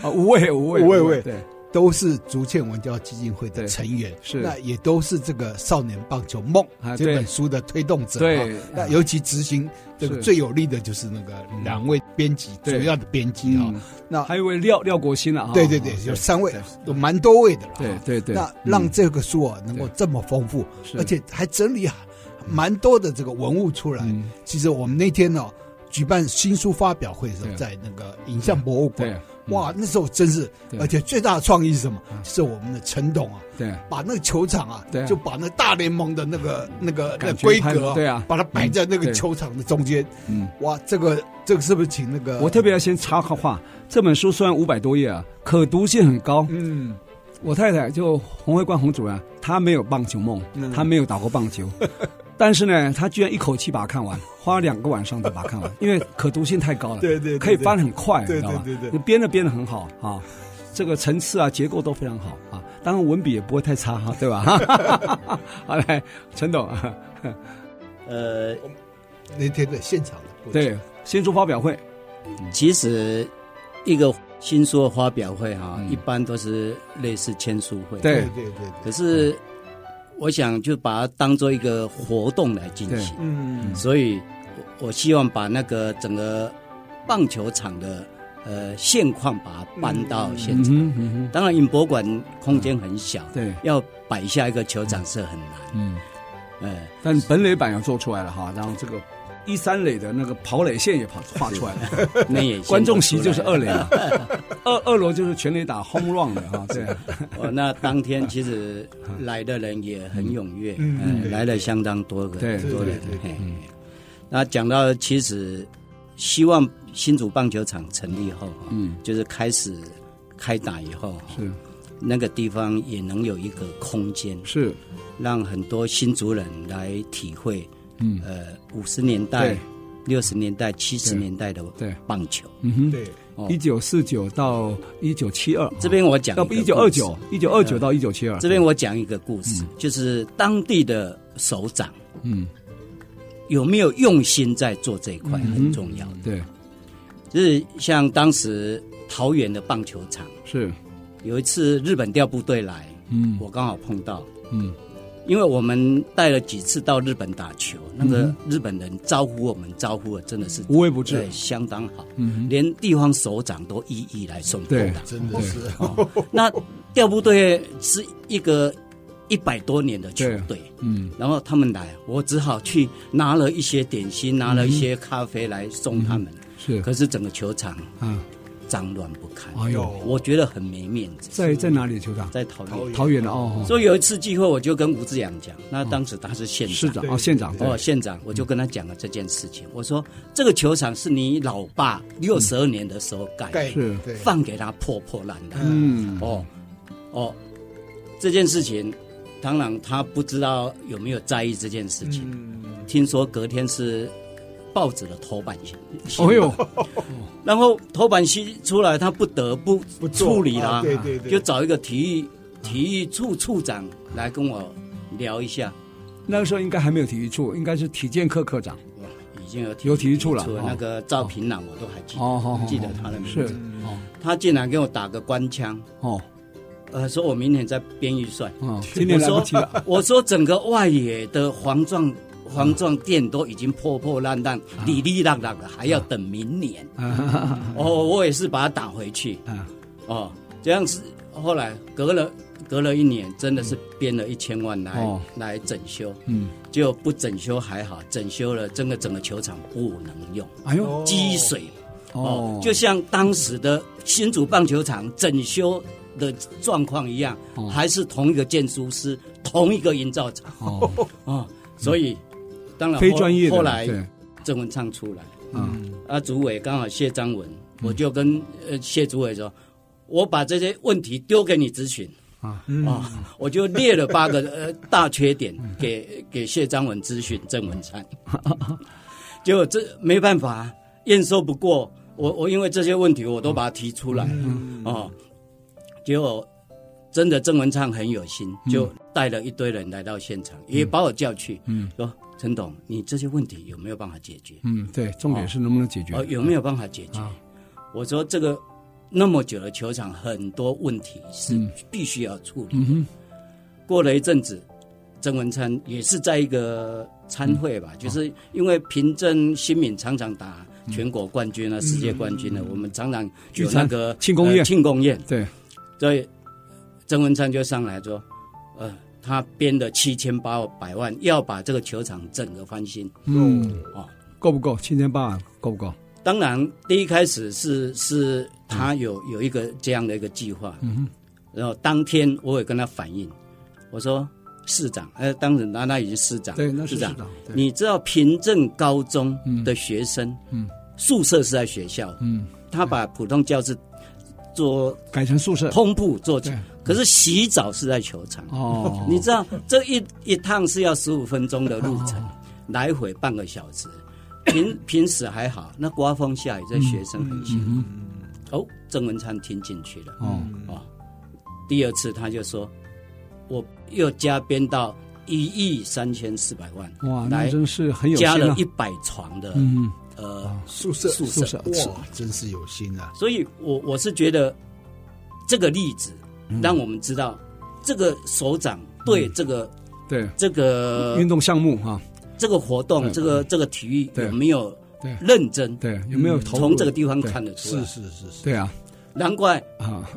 S1: 啊五位五位
S2: 五位位
S1: 对，
S2: 都是竹县文教基金会的
S1: 对
S2: 成员，
S1: 是
S2: 那也都是这个《少年棒球梦
S1: 啊》
S2: 这
S1: 对
S2: 本书的推动者。
S1: 对
S2: 哈那尤其执行这个
S1: 是
S2: 最有力的就是那个两位编辑，主
S1: 对
S2: 要的编辑啊
S1: 嗯。，
S2: 那
S1: 还有一位廖廖国新了啊，
S2: 对对对
S1: 啊，
S2: 有三位，有蛮多位的了。
S1: 对
S2: 哈
S1: 对对，
S2: 那
S1: 嗯
S2: 让这个书啊能够
S1: 对
S2: 这么丰富，
S1: 是
S2: 而且还整理啊蛮多的这个文物出来。
S1: 嗯
S2: 其实我们那天呢、举办新书发表会的时候，
S1: 对
S2: 在那个影像博物
S1: 对嗯
S2: 馆，哇，那时候真是，
S1: 对
S2: 而且最大的创意是什么？
S1: 嗯
S2: 是我们的陈董啊，
S1: 对
S2: 把那个球场啊
S1: 对，啊
S2: 就把那大联盟的那个那个
S1: 感
S2: 那个
S1: 觉
S2: 规
S1: 拍
S2: 格啊，
S1: 对啊
S2: 把它摆在那
S1: 嗯
S2: 个
S1: 对
S2: 球场的中间，
S1: 嗯。
S2: 哇，这个这个是不是请那个？
S1: 我特别要先插个话，这本书虽然五百多页啊，可读性很高。
S2: 嗯，
S1: 我太太就洪慧冠洪主任啊，她没有棒球梦，
S2: 嗯
S1: 她没有打过棒 球，但是呢，她居然一口气把它看完，花了两个晚上才把它看完，因为可读性太高了，
S2: 对对对
S1: 可以翻很快，
S2: 对
S1: 你知道吧？
S2: 对对对
S1: 你编的编的很好啊，这个层次啊、结构都非常好啊，当然文笔也不会太差哈、对吧？ 好来，陈董，
S3: 呃，
S2: 那天的现场的布置，
S1: 对，新书发表会，
S3: 其实一个新书的发表会哈、
S1: 嗯
S3: 一般都是类似签书会，
S1: 对
S2: 对对对
S3: 可
S2: 对，
S3: 是我想就把它当做一个活动来进行，
S2: 嗯
S3: 所以我我希望把那个整个棒球场的呃现况把它搬到现
S1: 嗯
S3: 场。
S1: 哼嗯哼，
S3: 当然，影博馆空间很小，
S1: 对，
S3: 要摆下一个球场是很难。
S1: 嗯。
S3: 呃，
S1: 但本垒板要做出来了哈，然后这个一三垒的那个跑垒线也跑画出来 了，
S3: 那也
S1: 观众席就是
S3: 先不出
S1: 二
S3: 来
S1: 垒了，二二楼就是全垒打 home run 的哈，对啊，
S3: 哦，那当 天其实来的人也很踊跃，
S2: 嗯嗯
S3: 嗯，来了相当多个，
S1: 对
S3: 多人
S2: 对对。
S3: 嘿那讲到其实希望新竹棒球场成立后，
S1: 嗯，
S3: 就是开始开打以后，
S1: 是
S3: 那个地方也能有一个空间，
S1: 是，
S3: 让很多新竹人来体会，
S1: 嗯
S3: 呃，五十年代
S1: 对、
S3: 六十年代、七十年代的
S1: 对
S3: 棒球。
S1: 嗯哼，
S2: 对，
S3: 哦
S1: 一九四九到一九七二，
S3: 这边我讲
S1: 要
S3: 个
S1: 不
S3: 故
S1: 一
S3: 事，
S1: 九二九，一九二九到一九七二，
S3: 这边我讲一个故事，就是当地的首长。
S1: 嗯，
S3: 有没有用心在做这一块
S1: 嗯
S3: 很重要。
S1: 对，
S3: 就是像当时桃园的棒球场，
S1: 是，
S3: 有一次日本调部队来，
S1: 嗯
S3: 我刚好碰到，
S1: 嗯，
S3: 因为我们带了几次到日本打球，那个日本人招呼我们招呼的真的是
S1: 嗯无微不至
S3: 对，相当好，
S1: 嗯哼，
S3: 连地方首长都一一来送过
S1: 对
S3: 来。
S2: 真的是
S3: 哦那调部队是一个一百多年的球队，
S1: 嗯
S3: 然后他们来，我只好去拿了一些点心，拿了一些咖啡来送他们。
S1: 嗯是
S3: 可是整个球场
S1: 啊，
S3: 脏乱不堪，
S1: 哎呦，
S3: 我觉得很没面子。
S1: 在在哪里球场？
S3: 在桃园，
S1: 桃园的哦，哦
S3: 所以有一次机会，我就跟吴志阳讲，那当时他是县
S1: 市
S3: 长，
S1: 长哦，县长，
S3: 哦，
S1: 对，
S3: 县长，我就跟他讲了这件事情。
S2: 嗯
S3: 我说这个球场是你老爸六十二年的时候盖的，
S2: 盖
S1: 是
S2: 对
S3: 放给他破破烂烂。
S1: 嗯，
S3: 哦，哦，这件事情，当然他不知道有没有在意这件事情。
S2: 嗯
S3: 听说隔天是报纸的头版新新
S1: 哦
S3: 闻，
S1: 呦，
S3: 然后头版新出来，他不得不
S2: 不做
S3: 处理啦、
S2: 啊对对对，
S3: 就找一个体育体育处处长来跟我聊一下。
S1: 那个时候应该还没有体育处，应该是体健课课长。
S3: 哇，已经有
S1: 有体育处了哦
S3: 那个赵平朗我都还记得，
S1: 哦好好
S3: 记得他的名字。哦
S1: 是
S3: 他竟然给我打个官腔，
S1: 哦，
S3: 呃，说我明天再编预算。
S1: 嗯，今年来不及了。
S3: 我说整个外野的黄状黄状店都已经破破烂烂、里里浪浪了，还要等明年。
S1: 啊
S3: 哦，我也是把它打回去。
S1: 啊
S3: 哦，这样子，后来隔了隔了一年，真的是编了一千万来、
S1: 哦
S3: 来整修，
S1: 嗯，
S3: 就不整修还好，整修了，真的整个球场不能用，
S1: 哎呦，
S3: 积水
S1: 哦，
S3: 就像当时的新竹棒球场整修的状况一样，
S1: 哦
S3: 还是同一个建筑师，同一个营造厂
S1: 哦，
S3: 哦，所以、当然后
S1: 非专业的，
S3: 后来
S1: 对，
S3: 郑文唱出来。
S1: 嗯，
S3: 啊，主委刚好谢张文，我就跟呃谢主委说，我把这些问题丢给你咨询
S1: 啊
S3: 啊、我就列了八个呃大缺点给给谢张文咨询郑文 灿，结果这没办法啊验收不过，
S1: 嗯
S3: 我我因为这些问题我都把它提出来，哦，结果真的郑文灿很有心，就带了一堆人来到现场，也把我叫去，
S1: 嗯
S3: 说陈董，你这些问题有没有办法解决？
S1: 嗯，对，重点是能不能解决？
S3: 哦，有没有办法解决？
S1: 啊
S3: 我说这个那么久的球场，很多问题是
S1: 嗯
S3: 必须要处理。
S1: 嗯哼，
S3: 过了一阵子，曾文灿也是在一个参会
S1: 嗯
S3: 吧，就是因为平镇新民常常打全国冠军啊、世界冠军啊，我们常常
S1: 嗯聚
S3: 有
S1: 餐
S3: 那个
S1: 庆功宴
S3: 呃庆功宴，
S1: 对，
S3: 所以曾文灿就上来说，呃。他编了七千八百万，要把这个球场整个翻新
S1: 嗯，
S3: 哦。
S1: 够不够？七千八够不够？
S3: 当然，第一开始是是他有有一个这样的一个计划，
S1: 嗯哼，
S3: 然后当天我也跟他反映，我说市长，呃，当时那那已经市长，
S1: 对，那是
S3: 市
S1: 市
S3: 长，
S1: 长，对，
S3: 你知道平镇高中的学生，
S1: 嗯嗯
S3: 宿舍是在学校，
S1: 嗯，
S3: 他把普通教室做
S1: 改成宿舍，
S3: 通铺做起
S1: 对，
S3: 可是洗澡是在球场，
S1: 哦，
S3: 你知道这一一趟是要十五分钟的路
S1: 哦
S3: 程，来回半个小时。 平平时还好，那刮风下雨，这学生很辛
S1: 嗯
S3: 苦。哦，郑文灿听进去了。
S1: 哦，
S3: 哦，第二次他就说，我又加编到一亿三千四百万，
S1: 哇，那
S3: 来
S1: 真是很有心
S3: 加了
S1: 啊
S3: 一，百床的、
S1: 嗯，
S3: 呃，
S2: 宿舍
S3: 宿舍
S2: 哇，真是有心啊！
S3: 所以我我是觉得这个例子让我们知道，这个首长对
S1: 嗯
S3: 这个、
S1: 对，
S3: 这个
S1: 运动项目哈，
S3: 这个活动，
S1: 对
S3: 这个这个体育
S1: 对
S3: 有没有
S1: 对
S3: 认真？嗯
S1: 对，有没有投入
S3: 从这个地方看得出
S2: 是
S3: 来，
S2: 是是是，
S1: 对啊，
S3: 难怪
S1: 啊，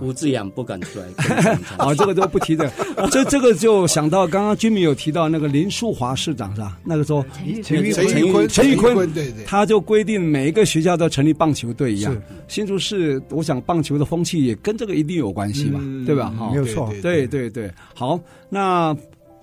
S3: 吴志阳不敢出来跟 你讲
S1: 好，哦这个都不提的， 这这个就想到刚刚君明有提到那个林树华市长是吧？那个时候陈玉
S2: 陈
S1: 陈
S2: 玉坤，
S1: 陈玉坤，
S2: 对对，
S1: 他就规定每一个学校都成立棒球队一样
S5: 是。
S1: 新竹市，我想棒球的风气也跟这个一定有关系吧，
S2: 嗯
S1: 对吧？哦哈、
S5: 没有错
S1: 对对对，好，那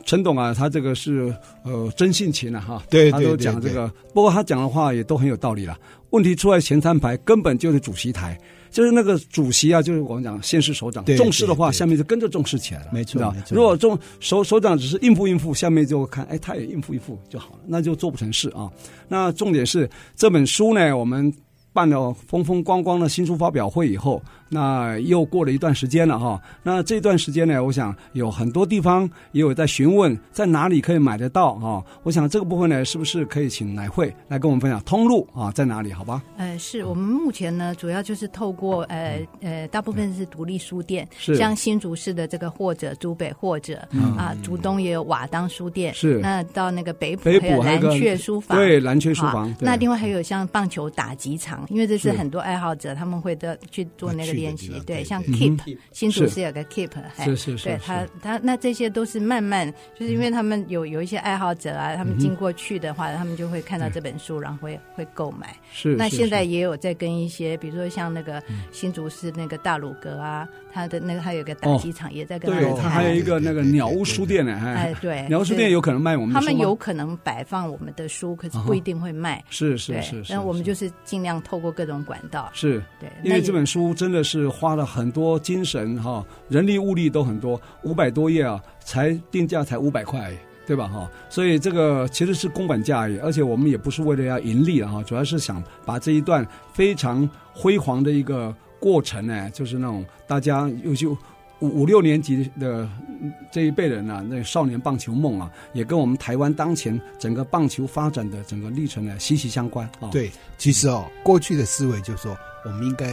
S1: 陈董啊，他这个是呃真性情了、哈，
S2: 对
S1: 他都
S2: 对对
S1: 讲这个，不过他讲的话也都很有道理了。问题出在前三排，根本就是主席台，就是那个主席啊，就是我们讲县市首长
S2: 对
S1: 重视的话，
S2: 对对
S1: 下面就跟着重视起来了，
S2: 没错
S1: 知道
S2: 没错
S1: 如果重首首长只是应付应付，下面就看哎他也应付应付就好了，那就做不成事啊。那重点是这本书呢，我们办了风风光光的新书发表会以后，那又过了一段时间了哈。那这段时间呢，我想有很多地方也有在询问在哪里可以买得到啊。我想这个部分呢，是不是可以请乃慧来跟我们分享通路啊在哪里？好吧？
S4: 呃，是我们目前呢，主要就是透过呃呃，大部分是独立书店，
S1: 是嗯
S4: 像新竹市的这个或者竹北或者啊，竹东也有瓦当书店，
S1: 是
S4: 那到那个北埔
S1: 北
S4: 还有
S1: 部还有
S4: 蓝
S1: 个
S4: 雀书房，
S1: 对蓝雀书
S4: 好
S1: 房。对
S4: 那另外还有像棒球打击场，因为这是
S1: 是啊
S4: 很多爱好者他们会的去做那
S2: 去
S4: 个
S2: 的
S4: 练
S2: 地
S4: 习
S2: 方，
S4: 对，
S2: 对
S4: 像
S2: 对
S4: Keep
S3: 嗯
S4: 新竹
S1: 是
S4: 是有个 Keep，哎
S1: 是是是是
S4: 对
S1: 嗯
S4: 他他那这些都是慢慢，就是因为他们有有一些爱好者啊，他们经过去的话，他们就会看到这本书，然后会会购买。
S1: 是
S4: 那
S1: 是
S4: 现在
S1: 是
S4: 也有在跟一些，比如说像那个新竹市那个大鲁阁啊，他的那个还有个打击场也在跟他
S1: 哦对
S4: 们
S1: 他
S4: 谈
S1: 还有一个
S2: 对
S1: 那
S2: 对
S1: 个
S2: 对对
S1: 鸟屋书店呢，
S4: 哎
S1: 哎，
S4: 对，
S1: 鸟屋书店有可能卖我
S4: 能
S1: 们
S4: 他
S1: 的
S4: 们
S1: 书吗
S4: 有可能摆放我们的书，可是
S1: 啊哈
S4: 不一定会卖。
S1: 是
S4: 对
S1: 是是，，是
S4: 那我们就是尽量透过各种管道，
S1: 是。
S4: 对，
S1: 因
S4: 那
S1: 为
S4: 也
S1: 这本书真的是花了很多精神哈、人力物力都很多，五百多页啊，才定价才五百块而已。对吧？哈，所以这个其实是公版价而已，而且我们也不是为了要盈利啊，哈主要是想把这一段非常辉煌的一个过程呢，就是那种大家优秀五五六年级的这一辈人啊，那少年棒球梦啊，也跟我们台湾当前整个棒球发展的整个历程呢息息相关啊。，
S2: 对。其实哦，过去的思维就是说，我们应该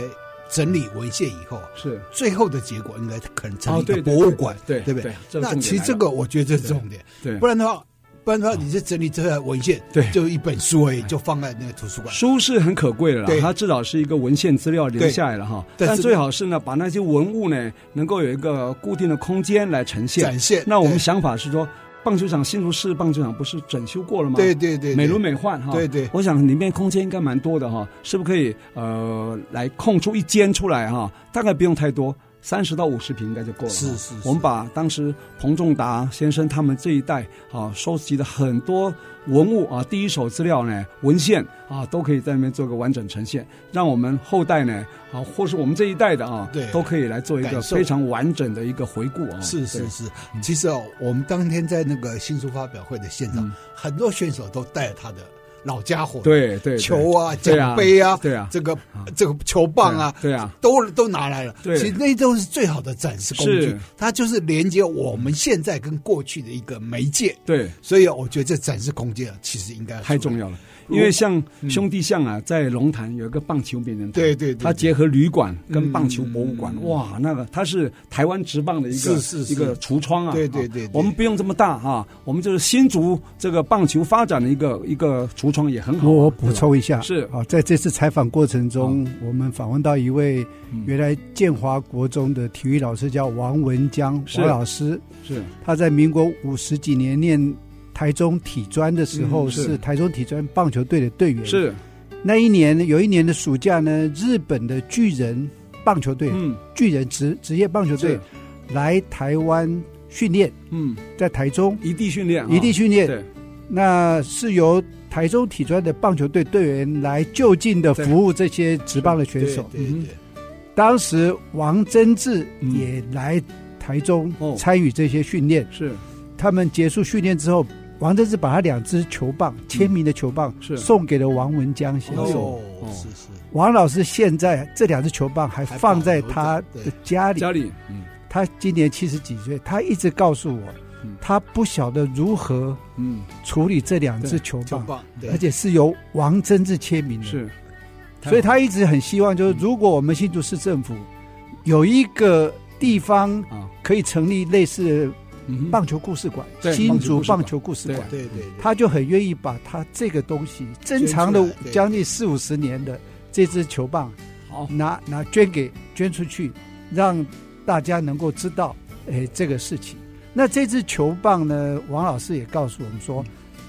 S2: 整理文献以后，
S1: 是
S2: 最后的结果应该可能成
S1: 哦
S2: 立一
S1: 对
S2: 个
S1: 对
S2: 博物馆，
S1: 对
S2: 对不对？
S1: 这个
S2: 那
S1: 重点
S2: 其实
S1: 来
S2: 这
S1: 了
S2: 个我觉得这是重点，
S1: 对
S2: 不。然的话，不然的话，你是整理这个文献，
S1: 对
S2: 就一本书而已，就放在那个图书馆。
S1: 书是很可贵的啦
S2: 对，
S1: 它至少是一个文献资料留
S2: 对
S1: 下来了哈。
S2: 但
S1: 但
S2: 是
S1: 最好是呢，把那些文物呢，能够有一个固定的空间来呈现
S2: 展。现。
S1: 那我们
S2: 对
S1: 想法是说，棒球场新竹市棒球场不是整修过了吗？
S2: 对对对，
S1: 美轮
S2: 美，
S1: 美奂哈。
S2: 对对
S1: 我想里面空间应该蛮多的哈，是不是可以呃来空出一间出来哈？大概不用太多，三十到五十平应该就够了哈。
S2: 是是是
S1: 我们把当时彭仲达先生他们这一代啊收集的很多文物啊，第一手资料呢、文献啊，都可以在那边做个完整呈现，让我们后代呢啊，或是我们这一代的啊，
S2: 对
S1: 都可以来做一个
S2: 感受
S1: 非常完整的一个回顾啊。
S2: 是是
S1: 对，
S2: 是。其实哦，我们当天在那个新书发表会的现场，很多选手都带了他的老家伙，
S1: 嗯对对对，
S2: 球啊、
S1: 对啊
S2: 奖杯啊、
S1: 对啊，
S2: 这个这个球棒啊，
S1: 对啊，
S2: 都都拿来了。
S1: 对
S2: 其实那都是最好的展示工具
S1: 是，
S2: 它就是连接我们现在跟过去的一个媒介。
S1: 对，
S2: 所以我觉得这展示空间啊，其实应该
S1: 太重
S2: 要。
S1: 要了。因为像
S5: 嗯
S1: 兄弟像啊，在龙潭有一个棒球名人堂，
S2: 对对对
S1: 它结合旅馆跟棒球博物馆
S2: 嗯，
S1: 哇，那个它是台湾职棒的一个
S2: 是是是
S1: 一个橱窗啊，
S2: 对对
S1: 啊
S2: 对对
S1: 我们不用这么大哈，我们就是新竹这个棒球发展的一个一个橱窗也很好啊。
S5: 我我
S1: 对
S5: 补
S1: 吧
S5: 充一下，
S1: 是
S5: 啊，在这次采访过程中，我们访问到一位
S1: 嗯
S5: 原来建华国中的体育老师，叫王文江
S1: 是
S5: 王老师，
S1: 是
S5: 他在民国五十几年念台中体专的时候，
S1: 嗯是
S5: 是台中体专棒球队的队员。
S1: 是，
S5: 那一年有一年的暑假呢，日本的巨人棒球队，
S1: 嗯，
S5: 巨人职职业棒球队
S1: 是，
S5: 来台湾训练，
S1: 嗯，
S5: 在台中
S1: 一地训练啊，
S5: 一地训练。
S1: 对
S5: 那是由台中体专的棒球队队员来就近的服务这些职棒的选手。
S2: 对对对，
S5: 当时王贞治
S1: 嗯
S5: 也来台中
S1: 哦
S5: 参与这些训练。
S1: 是
S5: 他们结束训练之后，王贞治把他两支球棒签名的球棒
S1: 嗯是
S5: 送给了王文江先
S1: 哦
S5: 生。
S1: 呦哦
S2: 是是，
S5: 王老师现在这两支球棒还
S2: 还
S5: 放在
S2: 保留着
S5: 他
S2: 对
S5: 的家里。
S1: 家里，嗯
S5: 他今年七十几岁，他一直告诉我
S1: 嗯，
S5: 他不晓得如何
S1: 嗯
S5: 处理这两支
S1: 对
S5: 球
S2: 球
S5: 棒。
S2: 棒，对
S5: 而且是由王贞治签名的，
S1: 是
S5: 嗯所以他一直很希望，就是如果我们新竹市政府有一个地方
S1: 啊，
S5: 可以成立类似
S1: 嗯哼
S5: 棒球故事馆，
S1: 对
S5: 新竹
S1: 棒
S5: 棒
S1: 球
S5: 球故事馆，
S2: 对对对，
S5: 他就很愿意把他这个东西珍藏
S2: 捐
S5: 了
S2: 出来对
S5: 将近四五十年的这支球棒，
S1: 好
S5: 拿拿捐给捐出去，让大家能够知道，哎，这个事情。那这支球棒呢，王老师也告诉我们
S1: 嗯
S5: 说，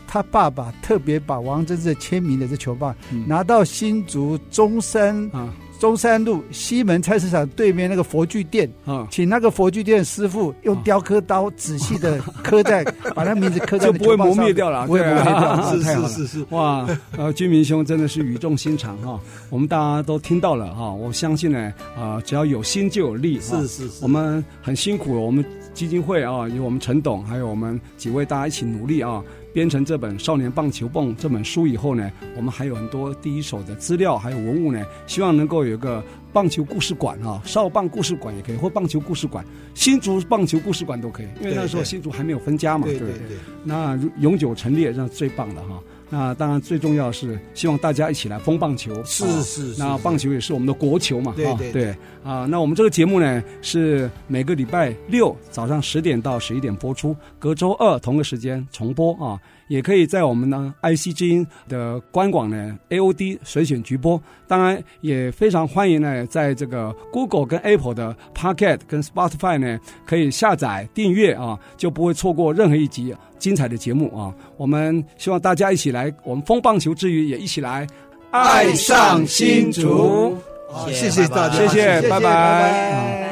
S5: 他爸爸特别把王贞治签名的这球棒、
S1: 嗯
S5: 拿到新竹中山
S1: 啊
S5: 中山路西门菜市场对面那个佛具店，
S1: 啊，
S5: 请那个佛具店师傅用雕刻刀仔细的 刻在，把他名字刻在
S1: 就不会
S5: 球棒
S1: 磨
S5: 上
S1: 灭掉了，
S5: 不会磨
S1: 对啊
S5: 灭
S2: 是
S5: 掉。
S1: 太好
S2: 是
S1: 了
S2: 是是，
S1: 哇，呃，居民兄真的是语重心长哈、我们大家都听到了哈、我相信呢，啊、只要有心就有力哈、
S2: 是是是，
S1: 我们很辛苦，我们基金会啊，有我们陈董，还有我们几位大家一起努力啊，编成这本《少年棒球梦》这本书以后呢，我们还有很多第一手的资料还有文物呢，希望能够有个棒球故事馆啊，少棒故事馆也可以，或棒球故事馆、新竹棒球故事馆都可以，因为那时候
S2: 对对
S1: 新竹还没有分家嘛，
S2: 对
S1: 不
S2: 对对，
S1: 那如永久陈列那是最棒的哈。那当然最重要的是希望大家一起来疯棒球，
S2: 是
S1: 啊
S2: 是是，
S1: 那棒球也是我们的国球嘛，
S2: 对
S1: 啊
S2: 对
S1: 对啊。那我们这个节目呢是每个礼拜六早上十点到十一点播出，隔周二同个时间重播啊。也可以在我们呢 IC 之音的官网呢 AOD 随选直播，当然也非常欢迎呢，在这个 Google 跟 Apple 的 Pocket 跟 Spotify 呢可以下载订阅啊，就不会错过任何一集精彩的节目啊。我们希望大家一起来，我们疯棒球之余也一起来
S2: 爱上新竹。好
S3: 谢谢
S2: 谢谢大家，
S5: 啊
S1: 谢谢，拜拜。
S5: 拜拜